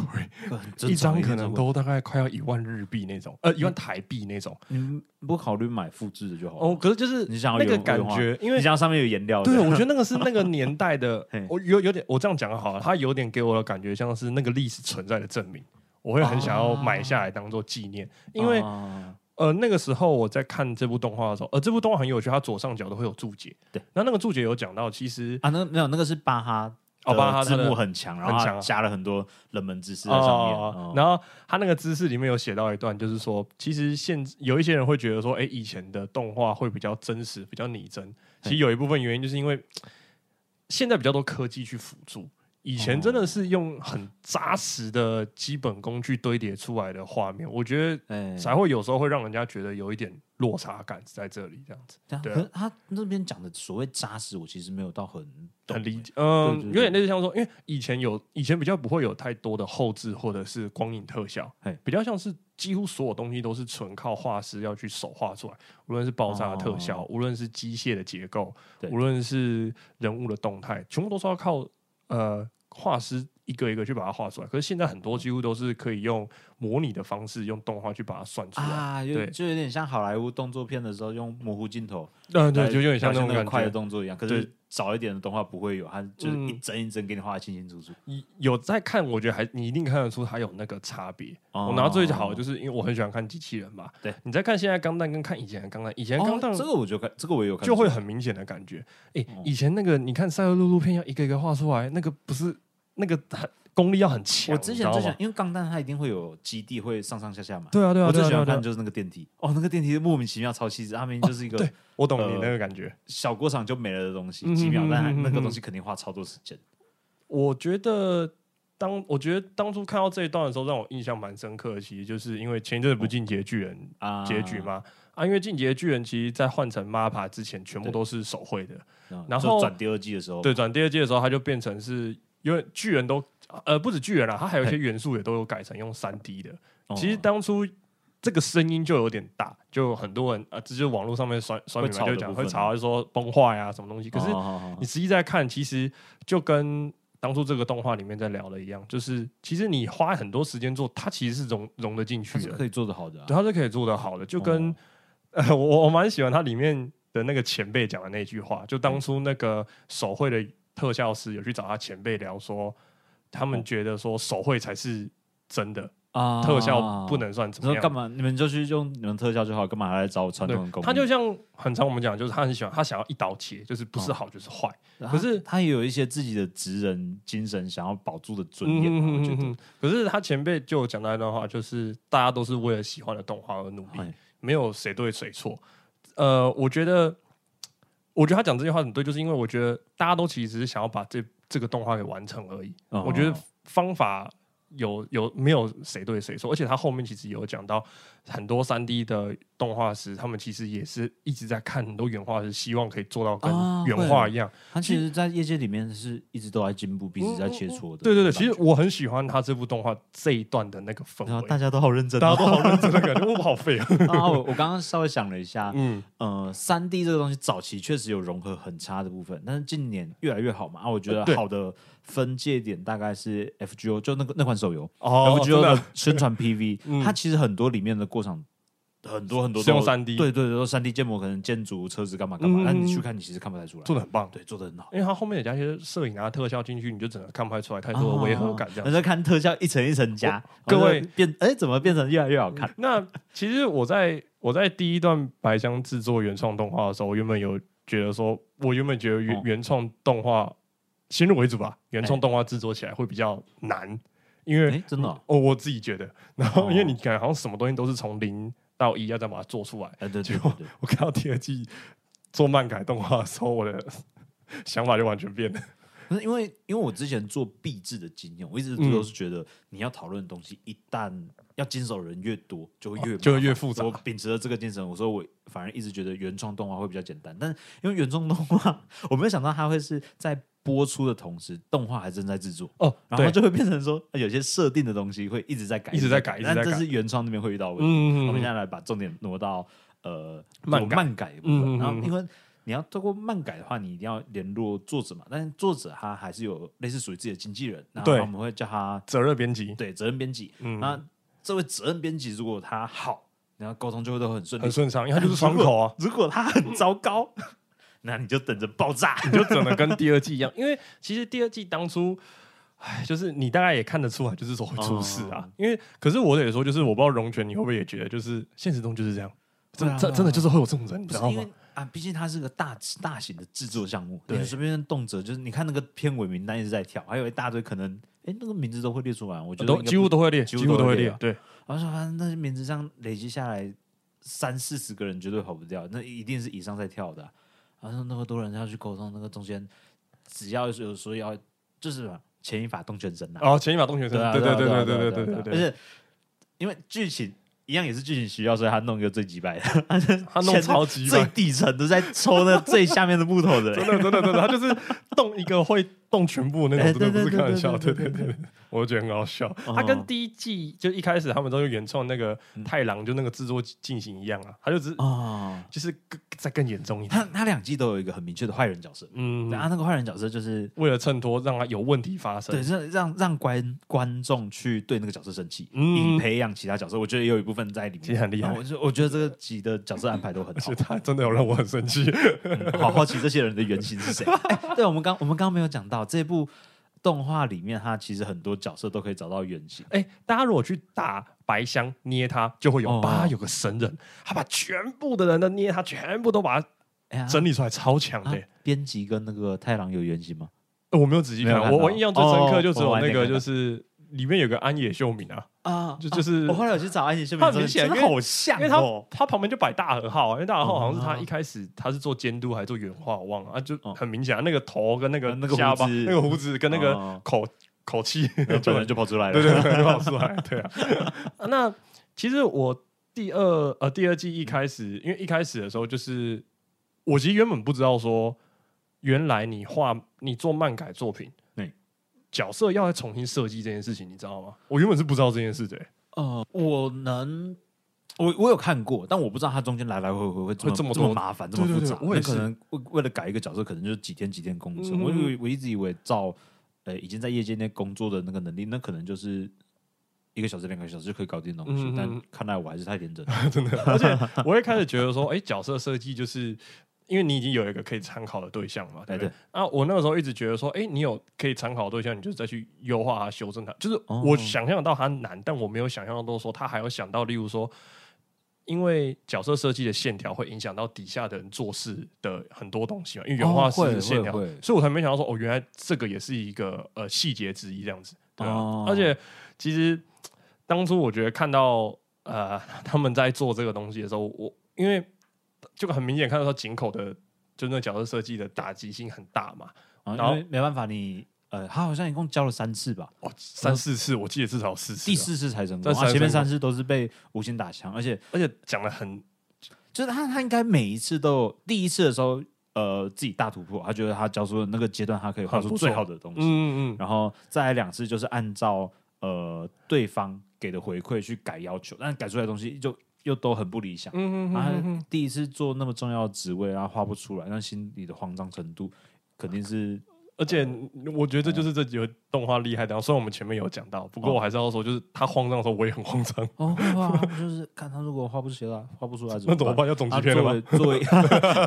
A: 一张可能都大概快要一万日币那种，呃，一万台币那种。
B: 你不考虑买复制的就好了。
A: 哦，可是就是
B: 你想要
A: 那个
B: 原
A: 感
B: 原画
A: 觉，因为
B: 你想要上面有颜料的，
A: 对，我觉得那个是那个年代的
B: 嘿，
A: 我有有点，我这样讲好了，它有点给我的感觉像是那个历史存在的证明，我会很想要买下来当做纪念，因为
B: 啊
A: 呃那个时候我在看这部动画的时候，呃这部动画很有趣，它左上角都会有注解，
B: 对，
A: 那那个注解有讲到，其实
B: 啊，那没有那个是巴哈，
A: 哦巴哈
B: 字
A: 他的
B: 幕很强，然后
A: 很
B: 它
A: 强啊
B: 加了很多冷门知识在上面。
A: 哦
B: 哦，
A: 然后他那个知识里面有写到一段，就是说，其实现有一些人会觉得说，哎，以前的动画会比较真实，比较拟真。其实有一部分原因就是因为现在比较多科技去辅助，以前
B: 哦
A: 真的是用很扎实的基本工具堆叠出来的画面，我觉得
B: 哎，
A: 才会有时候会让人家觉得有一点落差感在这里，这样子
B: 但
A: 对啊
B: 可是他那边讲的所谓扎实，我其实没有到很懂欸
A: 很理解。
B: 对对
A: 嗯，
B: 对
A: 有点类似像说，因为以前有以前比较不会有太多的后置或者是光影特效
B: 嘿，
A: 比较像是几乎所有东西都是纯靠画师要去手画出来，无论是爆炸的特效，无论是机械的结构
B: 哦对，
A: 无论是人物的动态，全部都是要靠呃画师。一个一个去把它画出来，可是现在很多几乎都是可以用模拟的方式，用动画去把它算出来。
B: 啊，有
A: 对
B: 就有点像好莱坞动作片的时候用模糊镜头，
A: 嗯，对，
B: 来
A: 就有点像那
B: 表现
A: 种
B: 那
A: 感
B: 个快的
A: 觉。
B: 动作一样。可是早一点的动画不会有，它就是
A: 嗯
B: 一帧一帧给你画的清清楚楚。
A: 有在看，我觉得还你一定看得出它有那个差别。
B: 我
A: 我拿最好的就是因为我很喜欢看机器人嘛。
B: 哦对，
A: 你在看现在钢弹跟看以前的钢弹，以前的钢
B: 哦
A: 弹，
B: 这个哦我就看，这个我也有看出
A: 就
B: 来，
A: 会很明显的感觉。诶，以前那个你看赛璐璐片要一个一个画出来，那个不是那个很功力要很强，
B: 我之前
A: 你知
B: 最
A: 道
B: 喜欢
A: 吗，
B: 因为钢弹它一定会有基地会上上下下嘛。
A: 对啊对啊
B: 我
A: 对
B: 最
A: 啊
B: 喜
A: 对啊
B: 欢
A: 对
B: 看
A: 啊，
B: 就是那个电梯，哦，那个电梯莫名其妙超细致，它明明就是一个
A: 哦对我懂你
B: 呃
A: 那个感觉。
B: 小过场就没了的东西，
A: 嗯
B: 几秒
A: 嗯，
B: 但它
A: 嗯
B: 那个
A: 嗯
B: 东西肯定花超多时间。
A: 我觉得当我觉得当初看到这一段的时候，让我印象蛮深刻的，其实就是因为前一阵子不是进阶巨人
B: 啊
A: 结局？嘛。啊，因为《进阶巨人》其实，在换成 MAPPA 之前，全部
B: 对
A: 都是手绘的。
B: 然
A: 然
B: 后
A: 后
B: 转第二季的时候，
A: 对，转第二季的时候，它就变成是因为巨人都呃不止巨人啦，它还有一些元素也都有改成用三 D 的。
B: 哦，
A: 其实当初这个声音就有点大，就很多人啊，这就是网络上面酸酸民
B: 会吵
A: 嘛
B: 的
A: 就讲
B: 部分
A: 会吵，就说崩坏呀、什么东西。可是
B: 哦好好好
A: 你实际在看，其实就跟当初这个动画里面在聊的一样，就是其实你花很多时间做，它其实是融融得进去
B: 它是
A: 的，
B: 可以做的好的啊
A: 对，它是可以做得好的，就跟、
B: 哦
A: 呃， 我我蛮喜欢它里面的那个前辈讲的那句话，就
B: 嗯
A: 当初那个手绘的特效师有去找他前辈聊说，他们觉得说手绘才是真的，
B: 哦啊
A: 特效不。能算怎
B: 你
A: 么
B: 说
A: 样。
B: 干嘛？你们就去用你们特效就好，干嘛还来找我传
A: 对
B: 统的工艺？
A: 他就像很常我们讲，就是他很喜欢，他想要一刀切，就是不
B: 哦
A: 是好就是坏。
B: 他，
A: 可是
B: 他也有一些自己的职人精神，想要保住的尊
A: 嗯
B: 严啊。
A: 嗯
B: 我
A: 嗯
B: 觉
A: 嗯
B: 得
A: 嗯，可是他前辈就有讲到一段话，就是大家都是为了喜欢的动画而努力，
B: 哎
A: 没有谁对谁错。呃，我觉得，我觉得他讲这句话很对，就是因为我觉得大家都其实只是想要把这这个动画给完成而已。
B: 哦
A: 嗯我觉得方法有有没有谁对谁错，而且他后面其实有讲到很多三 D 的动画师，他们其实也是一直在看很多原画师，希望可以做到跟
B: 啊
A: 原
B: 会
A: 画一样。
B: 他其实，在业界里面是一直都在进步，一直在切磋的。
A: 嗯对对对，其实我很喜欢他这部动画这一段的那个氛
B: 然后
A: 围，
B: 大家都好认真哦。
A: 大家都好认真的感觉，我好废啊。
B: 啊，我我刚刚稍微想了一下，
A: 嗯，
B: 呃，三 D 这个东西早期确实有融合很差的部分，但是近年越来越好嘛。啊，我觉
A: 呃
B: 得
A: 对
B: 好的分界点大概是 FGO，就那个那款手游、
A: 哦
B: FGO
A: 真的
B: 的宣传 PV，、
A: 嗯
B: 它其实很多里面的过场很多很多
A: 是用
B: 都
A: 3D
B: 对对对，都三 D 建模，可能建筑、车子干嘛干嘛，
A: 嗯
B: 但你去看你其实看不太出来，
A: 做的很棒。
B: 对，做的很好。
A: 因为他后面有加一些摄影啊、特效进去，你就整个看不太出来太多的违和感这样
B: 啊我。在看特效一层一层加，
A: 我各位
B: 然后就变哎、怎么变成越来越好看？
A: 那其实我在我在第一段白箱制作原创动画的时候，我原本有觉得说，我原本觉得原、
B: 哦
A: 原创动画先入为主吧，原创动画制作起来会比较难，因为、
B: 哎真的哦
A: 哦，我自己觉得。然后
B: 哦
A: 因为你感觉好像什么东西都是从零到一要再把它做出来。
B: 哎、对对
A: 结
B: 对
A: 果
B: 对，
A: 我看到第二季做漫改动画的时候，我的 想法就完全变了。
B: 不是因为因为我之前做壁纸的经验，我一直
A: 嗯
B: 都是觉得你要讨论的东西，一旦要经手人越多，就会越
A: 哦就
B: 麻
A: 会
B: 烦
A: 越复杂
B: 我秉持了这个精神，我说我反而一直觉得原创动画会比较简单，但因为原创动画，我没有想到它会是在播出的同时，动画还正在制作。
A: 哦，
B: 然后
A: 对，
B: 就会变成说，呃有些设定的东西会一直在改，
A: 一直在改一直在
B: 但
A: 改
B: 这是原创那边会遇到的问题。
A: 嗯
B: 我们现在来把重点挪到呃
A: 漫
B: 做
A: 改
B: 漫改的部
A: 嗯嗯嗯
B: 分，然后因为你要透过漫改的话，你一定要联络作者嘛，但是作者他还是有类似属于自己的经纪人，然后
A: 对
B: 我们会叫他
A: 责任编辑，
B: 对责任编辑。
A: 嗯，
B: 那这位责任编辑如果他好，然后沟通就会都很顺利
A: 很；顺畅，因为它就是窗口 啊。
B: 如果他很糟糕， 那你就等着爆炸。
A: 你就整的跟第二季一样，因为其实第二季当初，唉，就是你大概也看得出来，就是说会出事啊。
B: 哦
A: 因为可是我得说，就是我不知道龙泉你会不会也觉得，就是现实中就是这样，真
B: 对啊
A: 真真的就是会有这种人，你
B: 不
A: 知
B: 是
A: 道
B: 因
A: 吗
B: 为？啊，毕竟它是个大大型的制作项目，
A: 对
B: 你随便动辄就是你看那个片尾名单一直在跳，还有一大堆可能，哎、那个名字都会列出来，我觉得
A: 都
B: 应该
A: 几乎都会列，
B: 几
A: 几
B: 乎
A: 乎
B: 都
A: 都
B: 会
A: 会
B: 列
A: 列
B: 啊，
A: 对，
B: 然后说反正那些名字上累积下来三四十个人绝对跑不掉，那一定是以上在跳的啊、然后说那么多人要去沟通，那个中间只要有说要就是什么牵一发动全身呐、
A: 然后前一秒洞穴生，
B: 啊
A: 哦对
B: 对
A: 对
B: 啊
A: 对
B: 啊
A: 对对
B: 啊啊
A: 对对
B: 而
A: 对，
B: 且因为剧情一样也是剧情需要，所以他弄一个最击败的，他就
A: 他弄
B: 潜在
A: 超级
B: 最
A: 慢
B: 底层的在抽那最下面的木头 的人
A: 真的真的真的，他就是动一个会动全部的那
B: 哎
A: 种，真的
B: 对
A: 不是
B: 对
A: 开玩
B: 对
A: 笑，
B: 对
A: 对
B: 对
A: 对对，对我觉得很好笑。
B: 哦
A: 他跟第一季就一开始他们都是原创那个太郎，就那个制作进行一样啊，他就只
B: 哦。
A: 就是更再更严重一点。
B: 他他两季都有一个很明确的坏人角色，
A: 嗯
B: 对，啊，那个坏人角色就是
A: 为了衬托让他有问题发生
B: 对，，让让让观观众去对那个角色生气，
A: 嗯
B: 以培养其他角色。我觉得也有一部分在里面，
A: 其实很厉害
B: 然后我就我觉得这个集的角色安排都很
A: 而且，
B: 好
A: 他真的有让我很生气。
B: 嗯好好奇这些人的原型是谁。哎对我们刚我们刚刚没有讲到这部动画里面，它其实很多角色都可以找到原型。
A: 哎、大家如果去打白箱捏它，就会
B: 哦
A: 有吧、有个神人，他把全部的人都捏他，全部都把它
B: 哎呀，
A: 整理出来，超强的、欸
B: 啊编辑跟那个太郎有原型吗？
A: 呃我没有仔细
B: 没有
A: 看，
B: 看
A: 我
B: 到
A: 我印象最深
B: 哦
A: 刻就只有
B: 我
A: 那
B: 晚
A: 个
B: 一点看到
A: 就是里面有个安野秀明啊，
B: 啊
A: 就就是
B: 我后来有去找安野秀明
A: 他
B: 的
A: 很
B: 作品，
A: 明显
B: 真的
A: 因为
B: 好像
A: 因为他
B: 哦
A: 他旁边就摆大和号啊，因为大和号好像是他
B: 哦
A: 一开始他是做监督还是做原画，我忘了啊，就
B: 哦
A: 很明显、啊、那个头跟那个
B: 呃那个
A: 下巴、
B: 胡子
A: 那个胡子跟那个
B: 哦
A: 口、口气
B: 然后
A: 就很
B: 本人就跑出来了。
A: 对对对，很好出来，对啊。啊 那其实我第二呃第二季一开始，因为一开始的时候就是我其实原本不知道说，原来你画你做漫改作品，
B: 对
A: 角色要再重新设计这件事情，你知道吗？我原本是不知道这件事的、欸
B: 呃，我能，我我有看过，但我不知道它中间来来回回会这么
A: 会这么
B: 这
A: 多
B: 么麻烦，这么
A: 对
B: 复
A: 对
B: 杂。
A: 对我也
B: 那可
A: 是
B: 能为为了改一个角色，可能就是几天几天工作。
A: 嗯
B: 我以为我一直以为照呃已经在业界内工作的那个能力，那可能就是。一个小时、两个小时就可以搞定的东西，
A: 嗯嗯嗯
B: 但看来我还是太天真了。啊
A: 真的。而且我一开始觉得说，哎、角色设计就是因为你已经有一个可以参考的对象嘛，对不对
B: 哎对？
A: 啊，我那个时候一直觉得说，哎，你有可以参考的对象，你就再去优化它、修正它。就是
B: 哦
A: 我想象到它难，但我没有想象到说它还有想到，例如说，因为角色设计的线条会影响到底下的人做事的很多东西嘛，因为原画
B: 哦
A: 师
B: 会
A: 的线条，
B: 会会
A: 所以我才没想到说，哦，原来这个也是一个呃细节之一这样子，对啊。
B: 哦
A: 而且其实当初我觉得看到呃他们在做这个东西的时候，我因为就很明显看到说井口的就那个角色设计的打击性很大嘛，
B: 啊
A: 然后
B: 因为没办法，你呃，他好像一共交了三次吧，
A: 哦，三四次，我记得至少四次啊，
B: 第四次才成
A: 这
B: 功，
A: 才
B: 啊，前面
A: 成功
B: 三次都是被无心打枪，而且
A: 而且讲的很
B: 就是他他应该每一次都有第一次的时候，呃，自己大突破，他觉得他交出的那个阶段，他可以画
A: 很
B: 出
A: 不
B: 最
A: 错
B: 好的东西，
A: 嗯嗯
B: 然后再来两次就是按照呃对方给的回馈去改要求，但改出来的东西就又都很不理想。
A: 嗯嗯
B: 然后
A: 嗯嗯
B: 他第一次做那么重要的职位，然后画不出来，那心里的慌张程度肯定是
A: 而且我觉得这就是这几个动画厉害的地方，虽然我们前面有讲到，不过我还是要说，就是他慌张的时候，我也很慌张，
B: 哦，会画啊、就是看他如果画不出来，画不出来怎
A: 那
B: 么
A: 怎么办？要总
B: 啊，
A: 集篇了
B: 作
A: 吗？
B: 为作为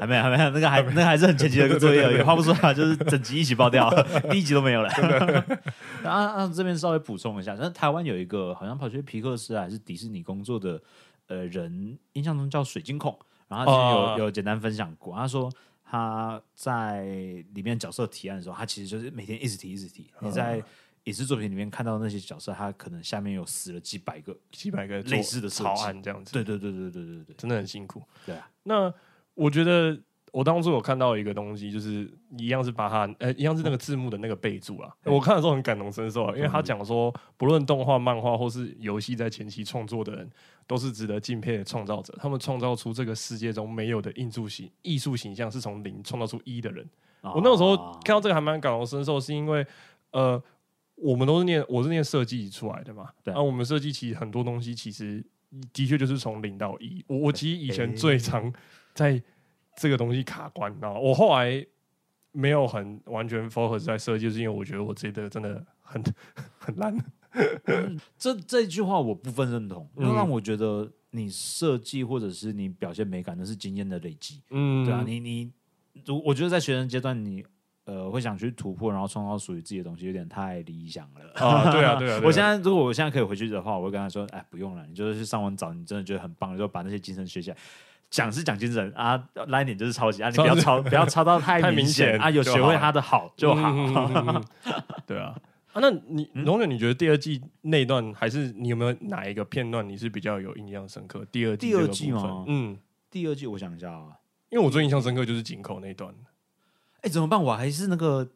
B: 还没有还没有那个还那个还是很前期的一个作业而已，画不出来就是整集一起爆 掉，第一集都没有了。 啊啊，这边稍微补充一下，那台湾有一个好像跑去皮克斯啊还是迪士尼工作的呃人，印象中叫水晶控，然后他之前有、
A: 哦
B: 有简单分享过，他说。他在里面角色提案的时候，他其实就是每天一直提，一直
A: 哦
B: 提。你在影视作品里面看到那些角色，他可能下面有死了几百个。
A: 几百个
B: 类似的设计
A: 草案这样子，
B: 对对对对对对对
A: 真的很辛苦。
B: 对啊！
A: 那我觉得我当初有看到一个东西，就是一样是把它，呃，一样是那个字幕的那个备注啦。啊
B: 嗯
A: 我看的时候很感同身受啊，因为他讲说，不论动画、漫画或是游戏，在前期创作的人，都是值得敬佩的创造者。他们创造出这个世界中没有的艺术形艺术形象，是从零创造出一的人。我那个时候
B: 啊
A: 看到这个还蛮感同身受，是因为呃，我们都是念我是念设计出来的嘛，
B: 对
A: 啊，我们设计其实很多东西其实的确就是从零到一。我我其实以前最常在这个东西卡关，你知道吗？我后来没有很完全 focus 在设计，就是因为我觉得我自己的真的很 很烂。
B: 这这句话我部分认同，
A: 嗯
B: 让我觉得你设计或者是你表现美感，那是经验的累积，
A: 嗯
B: 对啊，你你，如我觉得在学生阶段你。呃，会想去突破，然后创造属于自己的东西，有点太理想了。
A: 啊，对 啊，对啊，对啊
B: 我现在如果我现在可以回去的话，我会跟他说：“哎，不用了，你就是去上网找，你真的觉得很棒，就把那些精神学起来。讲是讲精神啊，拉一点就是抄袭啊，你不要抄，不要抄到 太
A: 太
B: 明
A: 明显
B: 啊，有
A: 就
B: 学会
A: 好
B: 他的好就好。嗯
A: 嗯嗯嗯嗯 嗯对啊，啊，那你龙卷，你觉得第二季那一段，还是你有没有哪一个片段你是比较有印象深刻？第二季
B: 第二
A: 这个
B: 季
A: 部
B: 吗
A: 分，嗯，
B: 第二季我想一下啊，
A: 因为我最印象深刻就是井口那一段，
B: 哎，怎么办？我还是那个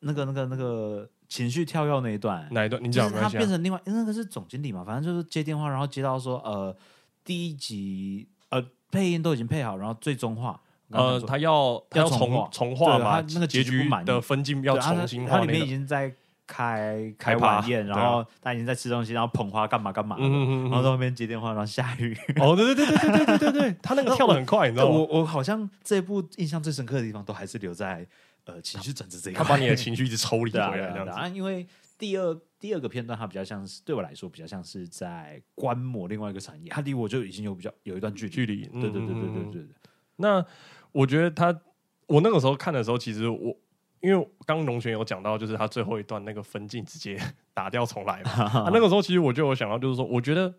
B: 那个那个那个情绪跳跃那一段，
A: 哪一段？你
B: 就
A: 讲没
B: 是他
A: 关系
B: 变
A: 啊。
B: 成另外，因为那个是总经理嘛，反正就是接电话，然后接到说呃第一集呃配音都已经配好，然后最终化，刚刚
A: 呃，
B: 说
A: 他要他
B: 要
A: 要
B: 重画
A: 重重画
B: 对
A: 嘛
B: 他，那个
A: 结
B: 结局不
A: 局
B: 满意
A: 的分镜要
B: 对啊
A: 重新
B: 他
A: 画
B: 他里
A: 那
B: 面已
A: 个，
B: 经在开
A: 开
B: 开
A: 趴
B: 晚宴，
A: 对
B: 然
A: 啊
B: 后他已经在吃东西，然后捧花干嘛干嘛的，
A: 嗯嗯嗯
B: 然后在外面接电话，然后下雨。
A: 哦，对对对对对对对对对，他那个跳的很快，你知
B: 但
A: 道
B: 我
A: 吗？
B: 我好像这部印象最深刻的地方，都还是留在呃情绪转折这一
A: 他
B: 块。
A: 把你的情绪一直抽离回
B: 对啊，
A: 来
B: 对
A: 这
B: 啊，
A: 样
B: 对
A: 子。
B: 啊，因为第二第二个片段，它比较像是对我来说比较像是在观摩另外一个产业，它离我就已经有比较有一段距离。
A: 距离
B: 对对对对
A: 嗯嗯嗯
B: 对
A: 嗯
B: 对对，
A: 那我觉得他，我那个时候看的时候，其实我因为刚龙泉有讲到，就是他最后一段那个分镜直接打掉重来嘛。啊、那个时候其实我就有想到，就是说，我觉得，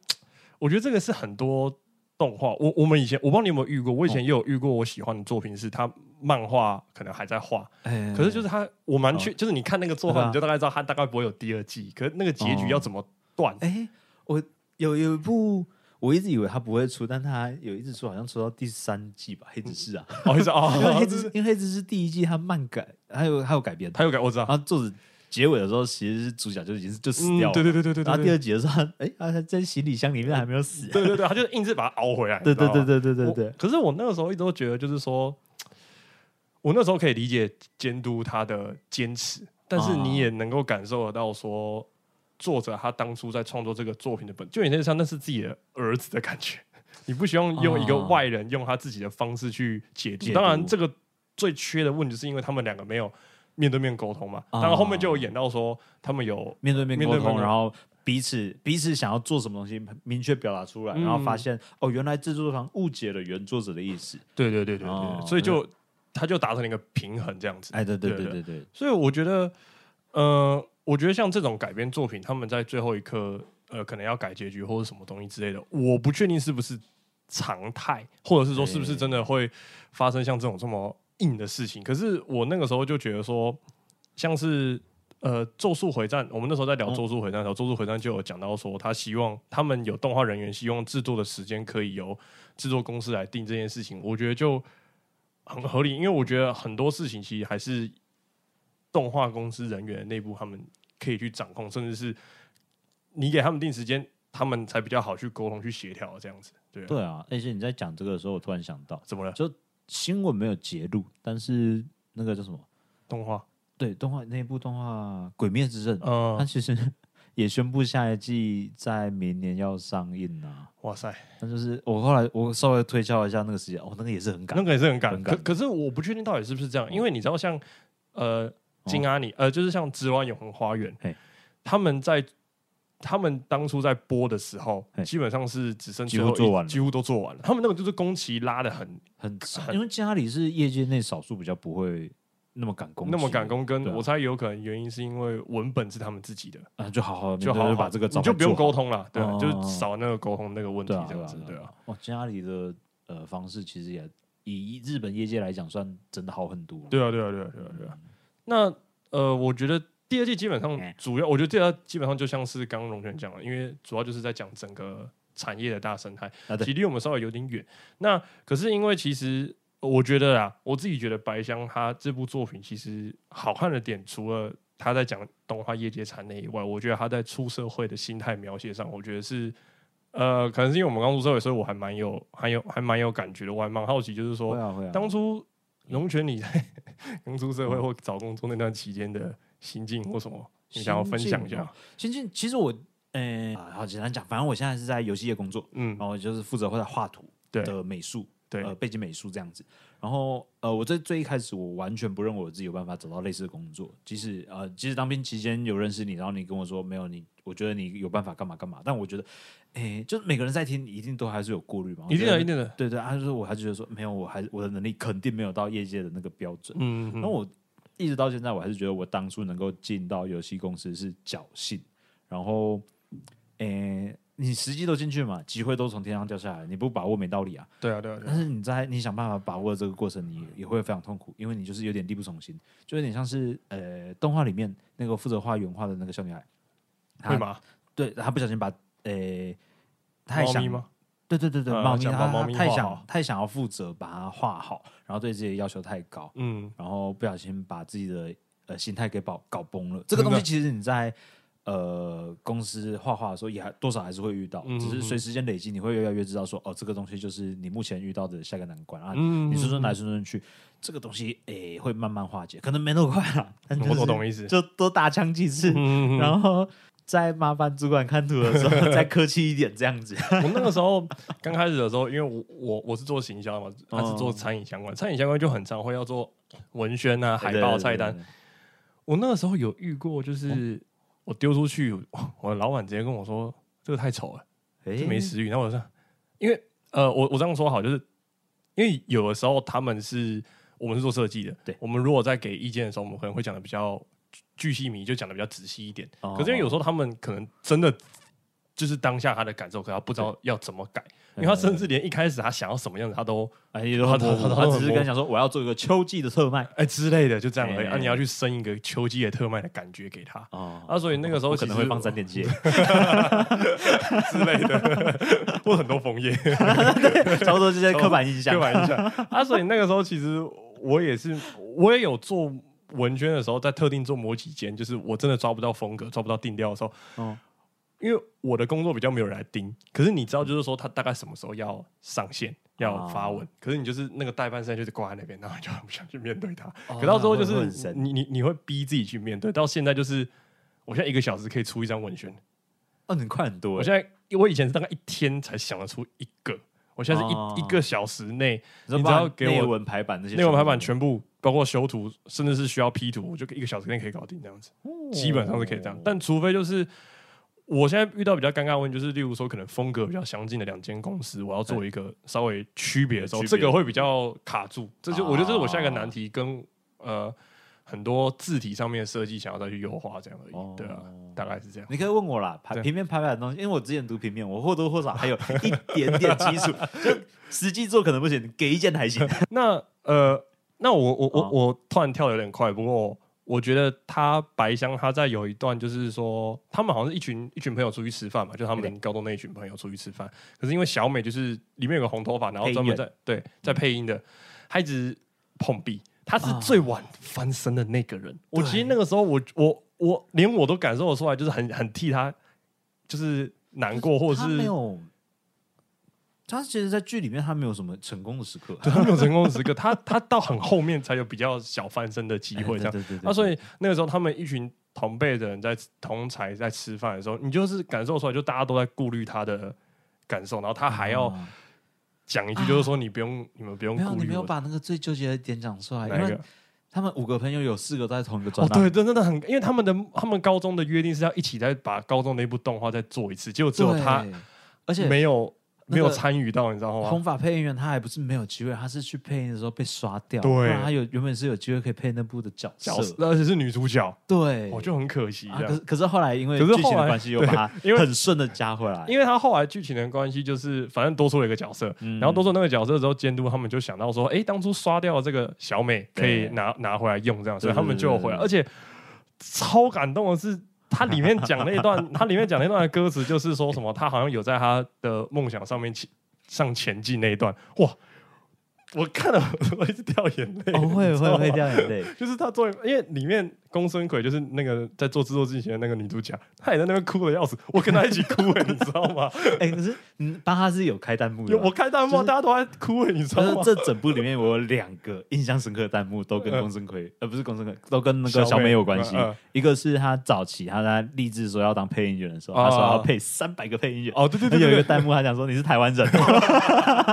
A: 我觉得这个是很多动画，我我们以前我不知道你有没有遇过，我以前也有遇过，我喜欢的作品是他漫画可能还在画，
B: 哎
A: 可是就是他我蛮确，就是你看那个作画，
B: 对啊
A: 你就大概知道他大概不会有第二季，可是那个结局要怎么断？
B: 哎，我有有一部。我一直以为它不会出，但它有一直出，好像出到第三季吧，《黑执事》啊，
A: 哦，意思
B: 因为
A: 哦
B: 黑，执事，因为黑执事第一季它漫改，还有还有改编，
A: 他有改，我知道
B: 然，后作者结尾的时候，其实是主角就已经是就死
A: 嗯
B: 掉了，
A: 对对对对对
B: 然后
A: 对
B: 第
A: 对
B: 二集的时候，他哎，他在行李箱里面还没有死，
A: 对对对，他就硬是把它熬回来，
B: 对
A: 你知道
B: 对
A: 吗
B: 对对对对
A: 我
B: 对，
A: 可是我那个时候一直都觉得，就是说，我那时候可以理解监督他的坚持，但是你也能够感受得到说。作者他当初在创作这个作品的本，就有点像那是自己的儿子的感觉。 你不希望用一个
B: 哦
A: 外人用他自己的方式去解读。
B: 解
A: 当然，
B: 读
A: 这个最缺的问题是因为他们两个没有面对面沟通嘛。当
B: 哦
A: 然后面就有演到说他们有
B: 面对面
A: 面
B: 沟
A: 对面
B: 通，
A: 沟
B: 然后彼此彼此想要做什么东西，明确表达出来，
A: 嗯
B: 然后发现哦，原来制作方误解了原作者的意思。
A: 对对对对对，
B: 哦
A: 所以就他就达成了一个平衡这样子。
B: 哎，对对
A: 对
B: 对对对，
A: 所以我觉得，呃，我觉得像这种改编作品，他们在最后一刻，呃，可能要改结局或者什么东西之类的，我不确定是不是常态，或者是说是不是真的会发生像这种这么硬的事情。可是我那个时候就觉得说，像是。呃，《咒术回战》，我们那时候在聊
B: 嗯
A: 《咒术回战》的时候，咒术回战》就有讲到说，他希望他们有动画人员，希望制作的时间可以由制作公司来定这件事情。我觉得就很合理，因为我觉得很多事情其实还是动画公司人员内部他们可以去掌控，甚至是你给他们定时间，他们才比较好去沟通、去协调这样子。对啊，
B: 对啊！而且你在讲这个的时候，我突然想到，
A: 怎么了？
B: 新闻没有揭露，但是那个叫什么？
A: 动画，
B: 对，动画那部动画《鬼灭之刃》，
A: 嗯、
B: 它其实 也宣布下一季在明年要上映啊。
A: 哇塞，
B: 那就是我后来我稍微推敲了一下那个时间，哦，那个也是很赶
A: 那，个也是很赶
B: 很。赶
A: 可可是我不确定到底是不是这样，因为你知道像呃金阿尼，呃就是像《紫湾永恒花园
B: 哦嘿》，
A: 他们在他们当初在播的时候
B: 嘿，
A: 基本上是只剩
B: 几
A: 最
B: 乎
A: 后一
B: 做完了
A: 几乎都做完了。他们那个就是工期拉的很
B: 很
A: 很
B: 因为家里是业界内少数比较不会那么赶工期，
A: 那么赶工，跟
B: 对啊
A: 我猜有可能原因是因为文本是他们自己的，
B: 啊，就好好
A: 就好好
B: 把这个
A: 你就不用沟通
B: 通，
A: 了，对啊，
B: 哦
A: 就是少那个沟通那个问题
B: 对啊，
A: 这
B: 对
A: 样
B: 啊
A: 子，，对
B: 对
A: 啊
B: 啊。。哦，家里的呃方式其实也以日本业界来讲，算真的好很多。
A: 对啊，对啊，对啊，对啊，对啊。那呃，我觉得第二季基本上
B: 哎
A: 主要，我觉得第二基本上就像是刚刚龙泉讲的，因为主要就是在讲整个产业的大生态，
B: 啊
A: 其
B: 对
A: 实离我们稍微有点远。那可是因为其实我觉得啊，我自己觉得白香他这部作品其实好看的点，除了他在讲动画业界产业以外，我觉得他在出社会的心态描写上，我觉得是。呃，可能是因为我们刚出社会，所以我还蛮有、还有、还蛮有感觉的。我还蛮好奇，就是说，
B: 会啊会啊，
A: 当初龙泉你在 刚出社会或找工作那段期间的心境或什么，你想要分享一
B: 心境
A: 下
B: 哦？先进，其实我呃啊好简单讲，反正我现在是在游戏业工作，
A: 嗯
B: 然，后就是负责会在画图
A: 对
B: 哦的美术，
A: 对
B: 呃，背景美术这样子。然后呃，我在最一开始我完全不认为我自己有办法找到类似的工作，即使呃，即使当兵期间有认识你，然后你跟我说没有你，我觉得你有办法干嘛干嘛，但我觉得，哎，就是每个人在听一定都还是有顾虑嘛，
A: 一定
B: 我觉
A: 的，
B: 得
A: 一定的，
B: 对对，他、啊、就是我还是觉得说没有，我还我的能力肯定没有到业界的那个标准，
A: 嗯，嗯
B: 那我一直到现在，我还是觉得我当初能够进到游戏公司是侥幸。然后，诶、你实际都进去嘛，机会都从天上掉下来，你不把握没道理啊。
A: 对啊，对啊，对
B: 但
A: 啊
B: 是你在你想办法把握这个过程，你也会非常痛苦，因为你就是有点力不从心，就有点像是呃动画里面那个负责画原画的那个小女孩，她
A: 会吗？
B: 对她不小心把呃太
A: 猫
B: 想
A: 咪吗？
B: 对对对对，
A: 呃
B: 猫咪
A: 想把
B: 她
A: 猫
B: 她
A: 咪
B: 太
A: 画
B: 想
A: 好
B: 太想要负责把它画好，然后对自己的要求太高，
A: 嗯，
B: 然后不小心把自己的呃心态给搞搞崩了。这个东西
A: 真的
B: 其实你在呃公司画画的时候也还多少还是会遇到，
A: 嗯
B: 只是随时间累积，你会越来越知道说哦，这个东西就是你目前遇到的下个难关啊。
A: 嗯
B: 你顺顺来顺顺去，这个东西诶、会慢慢化解，可能没那么快啦。但就是
A: 嗯我我懂意思
B: 就多打枪几次，
A: 嗯，嗯嗯
B: 然后再麻烦主管看图的时 候再客气一点，这样子。
A: 我那个时候刚开始的时候，因为我我我是做行销嘛，他是
B: 嗯
A: 做餐饮相关，餐饮相关就很常会要做文宣啊、海报、菜单
B: 对，。对对哦对
A: 我那个时候有遇过，就是我丢出去，哇我的老板直接跟我说：“这个太丑了。”
B: 哎、
A: 就没食欲。然后我就说，因为呃，我我这样说好，就是因为有的时候他们是我们是做设计的，
B: 对
A: 我们如果在给意见的时候，我们可能会讲的比较巨巨细迷，就讲的比较仔细一点。
B: 哦
A: 可是因为有时候他们可能真的就是当下他的感受，可他不知道要怎么改，因
B: 嗯
A: 为他甚至连一开始他想要什么样子，他都
B: 哎，也都很模糊
A: 他他他
B: 他只
A: 很
B: 是
A: 模
B: 跟
A: 糊
B: 你讲说我要做一个秋季的特卖
A: 哎、之类的，就这样而已。
B: 哎
A: 啊，你要去生一个秋季的特卖的感觉给他。
B: 哦
A: 啊，所以那个时候
B: 我可能会放
A: 在
B: 三 点接，
A: 之类的， 或很多枫叶，
B: 差不多这些刻板印象
A: 刻。板印象 啊。所以那个时候其实我也是，我也有做文宣的时候，在特定做某几间，就是我真的抓不到风格、抓不到定调的时候，
B: 哦
A: 因为我的工作比较没有人来盯。可是你知道，就是说他大概什么时候要上
B: 哦
A: 线、要发文，可是你就是那个代办时间就是挂在那边，然后你就很不想去面对他。可到时候就
B: 那会哦很神
A: 是你你你会逼自己去面对。到现在就是，我现在一个小时可以出一张文宣，
B: 哦，你快很多
A: 我
B: 欸，
A: 现在我以前是大概一天才想得出一个，我现在是一、
B: 哦
A: 一个小时内，
B: 你
A: 你只要给我
B: 内文排版那些
A: 内容排版全部包括修图，甚至是需要 P 图，我就一个小时内可以搞定这样子，
B: 哦
A: 基本上是可以这样。但除非就是我现在遇到比较尴尬的问题，就是例如说可能风格比较相近的两间公司，我要做一个稍微区别的时候，
B: 区别
A: 这个会比较卡住。这就
B: 啊
A: 我觉得这是我下一个难题，跟呃很多字体上面的设计想要再去优化这样而
B: 哦
A: 已。对啊，大概是这样。
B: 你可以问我啦，排
A: 对
B: 平面排版的东西，因为我之前读平面，我或多或少还有一点点基 础，就实际做可能不行，给意见还行。
A: 那呃，那我我我、
B: 啊
A: 我突然跳的有点快，不过我觉得他白香他在有一段就是说，他们好像是一群一群朋友出去吃饭嘛，就他们高中那一群朋友出去吃饭。可是因为小美就是里面有个红头发，然后专门在对在配音的，他一直碰壁，他是
B: 嗯啊
A: 最晚翻身的那个人。我
B: 对
A: 其实那个时候我我我连我都感受得出来，就是很很替他就是难过，或者
B: 他
A: 是
B: 没有，他其实，在剧里面他没有什么成功的时刻，
A: 对他没有成功的时刻，他他到很后面才有比较小翻身的机会这样。
B: 对对对
A: 啊，所以那个时候他们一群同辈的人在同才在吃饭的时候，你就是感受出来，就大家都在顾虑他的感受，然后他还要讲一句，就是说你不用，你们不用
B: 嗯哦没有
A: 顾
B: 你
A: 虑
B: 没有
A: 我。
B: 把那个最纠结的点讲出来，
A: 哪
B: 因
A: 一
B: 为
A: 个？
B: 他们五个朋友有四个都在同一个专
A: 哦，
B: 栏，
A: 对，真真的很，因为他们的他们高中的约定是要一起再把高中那部动画再做一次，结果只有
B: 对
A: 他，
B: 而且
A: 没有
B: 那个
A: 没有啊参与到，你知道吗？
B: 红发配音员他还不是没有机会，他是去配音的时候被刷掉，
A: 对
B: 不然他有原本是有机会可以配那部的角色，
A: 角色，而且是女主角，哦
B: 对，
A: 我就很可惜
B: 啊
A: 这
B: 可是
A: 样。
B: 可是后来因为
A: 可是后
B: 剧情的
A: 来
B: 关系，又
A: 对
B: 把他
A: 因为
B: 很顺的加回来，
A: 因为他后来剧情的关系，就是反正多出了一个角色，
B: 嗯
A: 然后多做那个角色之后，监督他们就想到说，哎、当初刷掉的这个小美可以
B: 对
A: 拿拿回来用，这样，
B: 对
A: 所以他们就有回来。
B: 对
A: 而且超感动的是，他里面讲那一段，他里面讲那段的歌词就是说什么，他好像有在他的梦想上面前上前进那一段，哇！我看了 我一直掉眼泪，
B: 哦会
A: 你知
B: 会
A: 道吗
B: 会掉眼泪，
A: 就是他作为，因为里面宫森葵就是那个在做制作之前的那个女主角，她也在那边哭的要死，我跟她一起哭了，你知道 吗？
B: 哎，可是嗯，巴哈是有开弹幕的
A: 有
B: 吧，
A: 我看弹幕，
B: 就是
A: 大家都在哭了，你知道
B: 可
A: 吗
B: 是？这整部里面，我有两个印象深刻的弹幕都跟龚森奎，呃，不是龚森奎，都跟那个
A: 嗯小
B: 小
A: 美
B: 美有关系
A: 嗯嗯。
B: 一个是他早期他在立志说要当配音员的时候，
A: 哦
B: 他说要配三百个配音员。
A: 哦，对对
B: 他
A: 对对，
B: 有一个
A: 对
B: 弹幕，他讲说你是台湾人，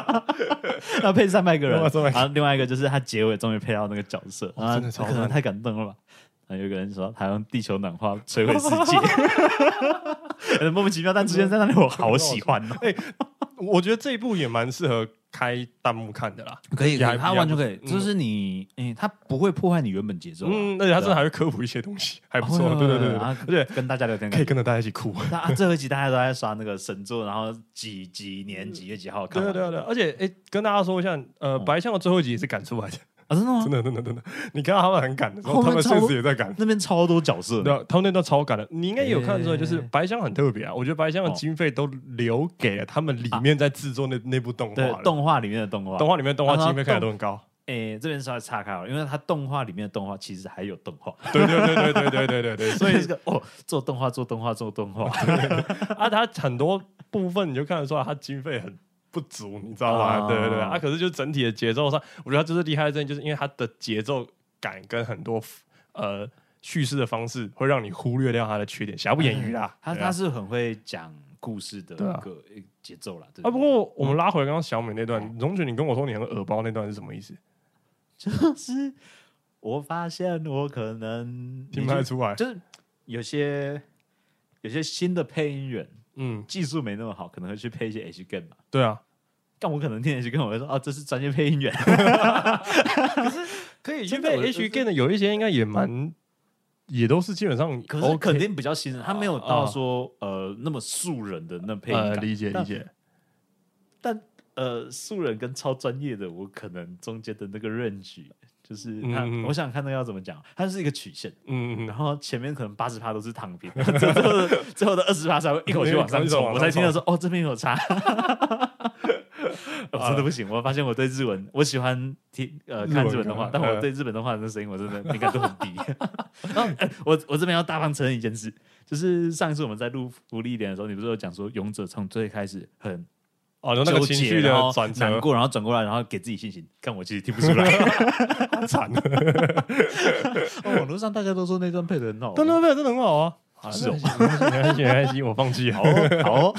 B: 要配三百个人。
A: 哇300个
B: 然后另外一个就是他结尾终于配到那个角色，
A: 哦
B: 啊，
A: 真的超
B: 可能
A: 赞
B: 太感动了吧。然后有一个人说台湾地球暖化摧毁世界， 呃莫名其妙，但出现在那里我好喜欢哦。
A: 哎我觉得这一部也蛮适合开弹幕看的啦。
B: 可
A: 也
B: 以，可
A: 还
B: 以，
A: 不
B: 他完全可以，
A: 嗯
B: 就是你，嗯，他不会破坏你原本节奏啊，哦啊
A: 嗯，而且他真的还会科普一些东西，还不错。对
B: 会
A: 对
B: 会
A: 对
B: 会
A: 对，
B: 然
A: 而
B: 后
A: 且
B: 跟大家聊天
A: 可以。跟着大家一起 哭。
B: 那啊最后一集大家都在刷那个神作，然后几几年几月几号看
A: 对
B: 完？
A: 对对对，而且哎，跟大家说一下，
B: 哦
A: 呃，白象的最后一集也是赶出来的，
B: 啊，真的吗
A: 真？的真的真的。你看到他们很赶的时候，
B: 后
A: 他
B: 面
A: 们确
B: 超
A: 实也在赶。
B: 那边超多角色
A: 对，啊，他们那段超赶的，你应该也有看出来，就是
B: 欸
A: 白箱很特别啊。我觉得白箱的经费都留给了他们里面在制作那那部动画
B: 对
A: 了，
B: 动画里面的动画，
A: 动画里面动画
B: 啊
A: 经费看起来
B: 动
A: 都很高。
B: 诶，这边稍微岔开了，因为它动画里面的动画其实还有动 画，
A: 对对对对对对对对对，所
B: 所
A: 以
B: 以这个哦，做动画做动画做动 画，
A: 啊，它很多部分你就看得出来，它经费很不足，你知道
B: 啊
A: 吗？对对对，啊，可是就整体的节奏上，我觉得它就是厉害在，就是因为它的节奏感跟很多呃叙事的方式，会让你忽略掉它的缺点，瑕不掩瑜啦。
B: 他
A: 对啊
B: 他是很会讲故事的
A: 对
B: 一
A: 啊
B: 个一个节奏啦。对
A: 啊，不过我们拉回刚刚小美那段，荣姐，你跟我说你很耳包那段是什么意思？
B: 就是我发现我可能
A: 听不太出来。
B: 就是有些有些新的配音员
A: 嗯，
B: 技术没那么好，可能会去配一些 H g a m 嘛。
A: 对啊，
B: 但我可能听 H g a m 我会说哦，这是专业配音员。
A: 可以
B: 去
A: 因为
B: 配
A: H G 的有一些应该也蛮，也都是基本上
B: 可是
A: OK 哦
B: 肯定比较新人，他没有到说呃那么素人的那配音
A: 呃
B: 感。
A: 理解理
B: 但
A: 解。
B: 呃，素人跟超专业的，我可能中间的那个 range 就是他，
A: 嗯嗯
B: 我想看那个要怎么讲，它是一个曲线。
A: 嗯嗯嗯，
B: 然后前面可能八十趴都是躺平， 最后的最后的二十趴才会一口气往上冲，我才听到说哦这边有差， 我真的不行，我发现我对日文，我喜欢听呃看日本动画，但我对日本动画的声音我真的敏感度很低。 然后哎我我这边要大方承认一件事，就是上一次我们在录福利点的时候，你不是有讲说勇者从最开始很
A: 哦，那
B: 纠
A: 个情
B: 结，
A: 绪
B: 然后
A: 的转折
B: 难过，然后转过来，然后给自己信心，但我其实听不出来。
A: 惨了，
B: 哦网络上大家都说那段配的很好，
A: 但那配真的很好啊。好
B: 是哦
A: 没关系，没关系，没关系，我放弃了
B: 好。哦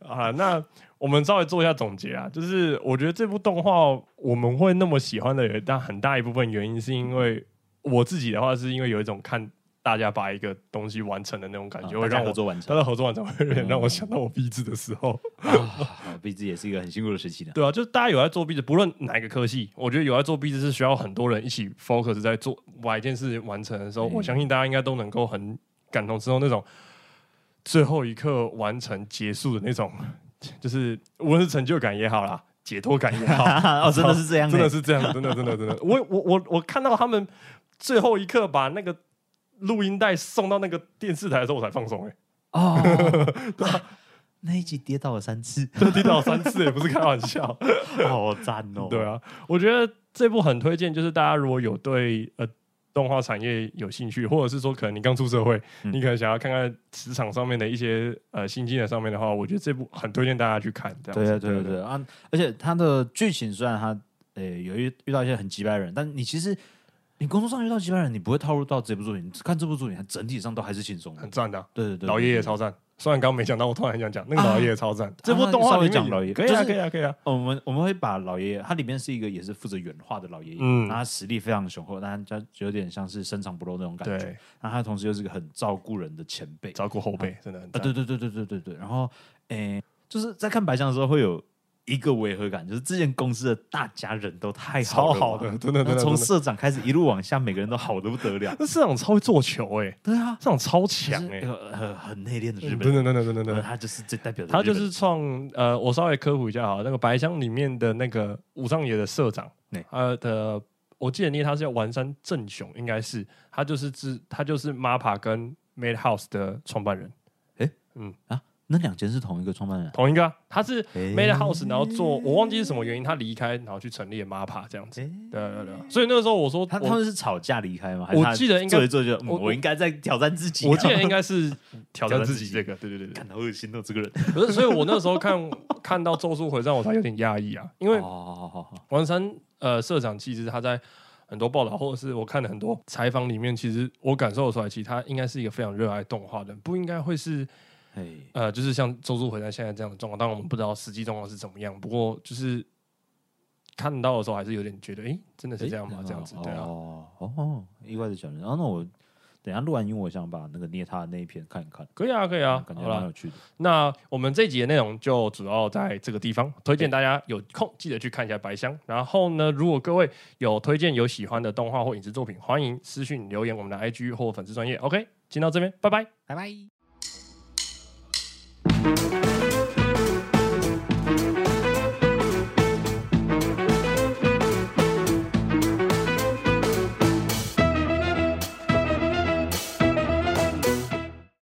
B: 好哦，
A: 啊，那我们稍微做一下总结啊，就是我觉得这部动画我们会那么喜欢的有一大很大一部分原因是因为我自己的话，是因为有一种看大家把一个东西完成的那种感觉，
B: 啊
A: 会
B: 大家
A: 让我
B: 合作完
A: 他
B: 成。
A: 的合作完成会有点让我想到我毕制的时候，
B: 啊，毕竟也是一个很辛苦的时期呢。
A: 对啊，就是大家有在做毕制，不论哪一个科系，我觉得有在做毕制是需要很多人一起 focus 在做把一件事情完成的时候，
B: 嗯
A: 我相信大家应该都能够很感同身受那种最后一刻完成结束的那种， 就是无论是成就感也好啦，解脱感也 好，
B: 哦，真的是这样欸，
A: 真的是这样，真的真的真的，我我我我看到他们最后一刻把那个录音带送到那个电视台的时候，我才放 松哎、
B: 哦。
A: 啊
B: 那一集跌倒了三次，
A: 这跌倒三次也不是开玩笑。
B: 好赞哦！
A: 啊对，啊，我觉得这部很推荐，就是大家如果有对呃动画产业有兴趣，或者是说可能你刚出社会，
B: 嗯
A: 你可能想要看看职场上面的一些呃新进的上面的话，我觉得这部很推荐大家去看。这样
B: 对啊，
A: 子
B: 对对对啊！而且它的剧情虽然它呃有遇遇到一些很击败人，但你其实你工作上遇到击败人，你不会套入到这部作品，看这部作品，它整体上都还是轻松的
A: 很。赞的、啊
B: 对对对，
A: 嗯
B: 啊
A: 老爷爷超赞。虽然刚刚没讲到，我突然很想讲那个老爷爷超 赞、这部动画里面
B: 稍微讲老爷爷
A: 可以
B: 就
A: 啊，
B: 是
A: 可以啊，可以啊。
B: 哦我们我们会把老爷爷，他里面是一个也是负责原画的老爷爷，
A: 嗯
B: 嗯，他实力非常雄厚，但他有点像是深藏不露那种感觉。
A: 对，
B: 那他同时又是个很照顾人的前辈
A: 照顾后辈真的很
B: 啊，
A: 赞、
B: 对对对对对对对。然后，诶、就是在看白象的时候会有一个违和感，就是之前公司的大家人都太
A: 超
B: 好
A: 好
B: 了
A: 的，
B: 嘛，
A: 真的真
B: 那
A: 的。
B: 从
A: 真的。
B: 社长开始一路往下，每个人都好的不得了
A: 那市场超会做球哎、
B: 对啊，
A: 市场超强
B: 就是
A: 哎、
B: 一个很很内敛的日
A: 真
B: 本
A: 的
B: 人，
A: 真的真的真的
B: 呃。他就是最代表的日
A: 他
B: 本
A: 就
B: 人，
A: 是创呃，我稍微科普一下哈，那个白箱里面的那个武藏野的社长
B: 对，
A: 呃的，我记得念他是叫丸山正雄，应该是他就是自他就是 MAPPA 跟 Madhouse 的创办人，
B: 啊，那两间是同一个创办人啊，
A: 同一个啊、他是
B: 诶
A: Madhouse，然后做我忘记是什么原因他离开，然后去成立了 MAPPA 这样子，
B: 诶
A: 对对对，所以那个时候我说
B: 他他
A: 我
B: 们是吵架离开吗？还
A: 我
B: 是他
A: 记得应该
B: 做一做就，嗯
A: 我
B: 我应该在挑战自己啊。
A: 我记得应该是挑战
B: 挑战
A: 自
B: 自
A: 己
B: 己
A: 这个，对对对对，
B: 看好恶心哦，这个人。
A: 可是所以我那时候看 看到《咒术回战》我才有点压抑啊，因为
B: 哦好好好好，
A: 王山呃社长其实他在很多报道或者是我看了很多采访里面，其实我感受得出来，其实他应该是一个非常热爱动画的人，不应该会是
B: 哎，
A: 呃就是像《周助回战》现在这样的状况。当然我们不知道实际状况是怎么样，不过就是看到的时候还是有点觉得，诶，真的是这样吗？
B: 诶
A: 这样子对啊，
B: 哦哦哦，意外的转人。然后那我等一下录完音，我想把那个捏他的那一篇看一看，
A: 可以啊，可以啊，
B: 感觉
A: 好
B: 蛮
A: 啦，
B: 有趣的。
A: 那我们这集的内容就主要在这个地方，推荐大家有空记得去看一下《白箱》。然后呢，如果各位有推荐有喜欢的动画或影视作品，欢迎私讯留言我们的 IG 或粉丝专业。OK，今天到这边，拜拜。
B: 拜拜。